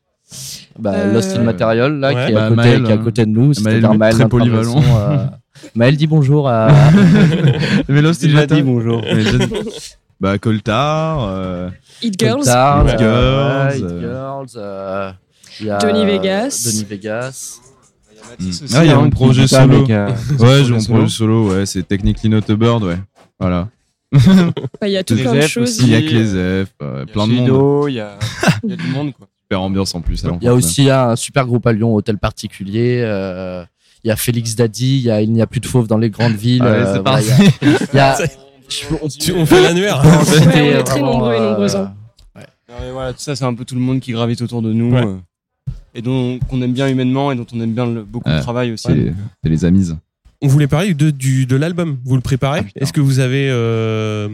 E: Bah,
G: Euh,
E: Lost in Material là
D: Ouais.
E: qui, est à
F: Bah,
E: côté,
F: Maël,
E: qui est à côté de nous. C'était
F: Maël,
E: un
F: lui,
E: Maël
F: très
E: notre
F: polyvalent.
E: garçon, euh, Maël dit bonjour à. euh,
F: Mais Lost in
H: Il m'a dit
F: Latin.
H: bonjour.
F: Mais je- Bah, Coltard. euh,
G: It Girls.
E: Coulthard,
D: It
E: euh, ouais,
F: Girls,
E: It Girls, euh, il y a,
G: Johnny Vegas.
E: Donny Vegas.
F: Ah,
H: hein,
F: il y a un projet solo. Ouais, j'ai mon
H: euh, solo.
F: projet solo, ouais, c'est Technically Not a Bird, ouais. Voilà.
G: Enfin, il y a tout
H: Les
G: plein de
H: F
G: choses.
H: aussi.
F: Il y a que les F, euh, plein de monde.
H: Il y a il y a du monde, quoi.
F: Super ambiance en plus. à
E: Il y a
F: l'enfant,
E: aussi un super groupe à Lyon, Hôtel Particulier. euh, il y a Félix Daddy, il, y a, il n'y a plus de fauves dans les grandes villes.
F: Ouais,
E: euh,
F: c'est
E: voilà,
F: parti.
E: il y a- il y a- je- on-
D: Tu- On fait l'annuaire.
E: on peut en
G: Ouais,
E: citer
G: on est très
E: vraiment,
G: nombreux et
E: euh,
G: nombreuses, hein.
H: Non, mais voilà, tout ça, c'est un peu tout le monde qui gravite autour de nous.
D: Ouais.
H: euh, et dont qu'on aime bien humainement et dont on aime bien le- beaucoup
F: Ouais.
H: le travail aussi.
F: C'est c'est les amis.
D: On voulait parler de, du, de l'album. Vous le préparez
F: Ah, putain.
D: Est-ce que vous avez euh,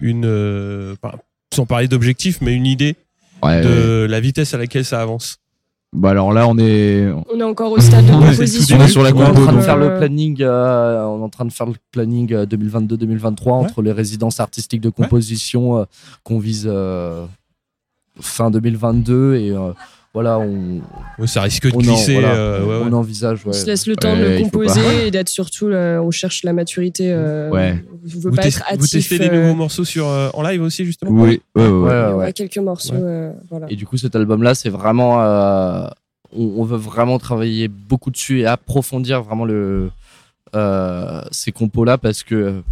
D: une, euh, par- sans parler d'objectif, mais une idée
F: Ouais. ouais.
D: de la vitesse à laquelle ça avance
F: Bah alors là, on est.
G: On est encore au stade de
F: Ouais, c'est
G: composition.
F: tout début. On est sur la
E: On est en
F: compo,
E: train de
F: donc.
E: faire le planning, euh, on est en train de faire le planning euh, 2022-2023 entre les résidences artistiques de composition euh, qu'on vise euh, fin 2022 et euh, voilà on,
D: Ouais, Ça risque de
E: on, en-
D: glisser.
E: Oh voilà,
D: euh, ouais, ouais.
E: on envisage. ouais.
G: On se laisse le temps de
F: Ouais,
G: le
F: il faut pas.
G: composer et d'être surtout, là, on cherche la maturité. euh,
F: Ouais.
G: Je veux
D: Vous,
G: pas
D: test-
G: être
D: vous
G: hâtif.
D: testez des
G: euh,
D: nouveaux morceaux sur, euh, en live aussi, justement
F: Oui, ouais, ouais,
E: Ouais,
F: ouais.
G: Il y
E: ouais.
G: aura quelques morceaux.
D: Ouais.
G: euh, voilà.
E: Et du coup, cet album-là, c'est vraiment. euh, on, on veut vraiment travailler beaucoup dessus et approfondir vraiment le, euh, ces compos-là parce que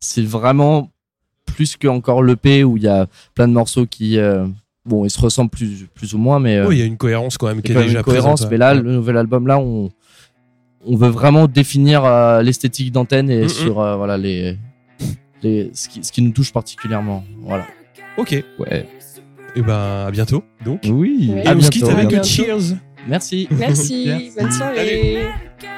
E: c'est vraiment plus que encore l'EP où il y a plein de morceaux qui. euh, bon, ils se ressemblent plus, plus ou moins, mais. euh,
D: Ah Oui, il y a une cohérence quand même
E: il
D: qui est
E: y a quand même
D: déjà
E: une cohérence.
D: présente,
E: mais
D: ouais.
E: là, le nouvel album-là, on. On veut vraiment définir euh, l'esthétique d'antenne et
D: Mm,
E: sur euh, voilà les, les ce, qui, ce qui nous touche particulièrement voilà
D: Ok. Et
F: ouais.
D: ben, à bientôt. Donc,
F: Oui.
G: Ouais.
D: et
E: À
D: on se quitte
E: bientôt.
D: avec
G: À
D: le
G: bientôt.
D: Cheers.
E: merci
G: Merci. Bonne soirée.
D: Salut.
C: America.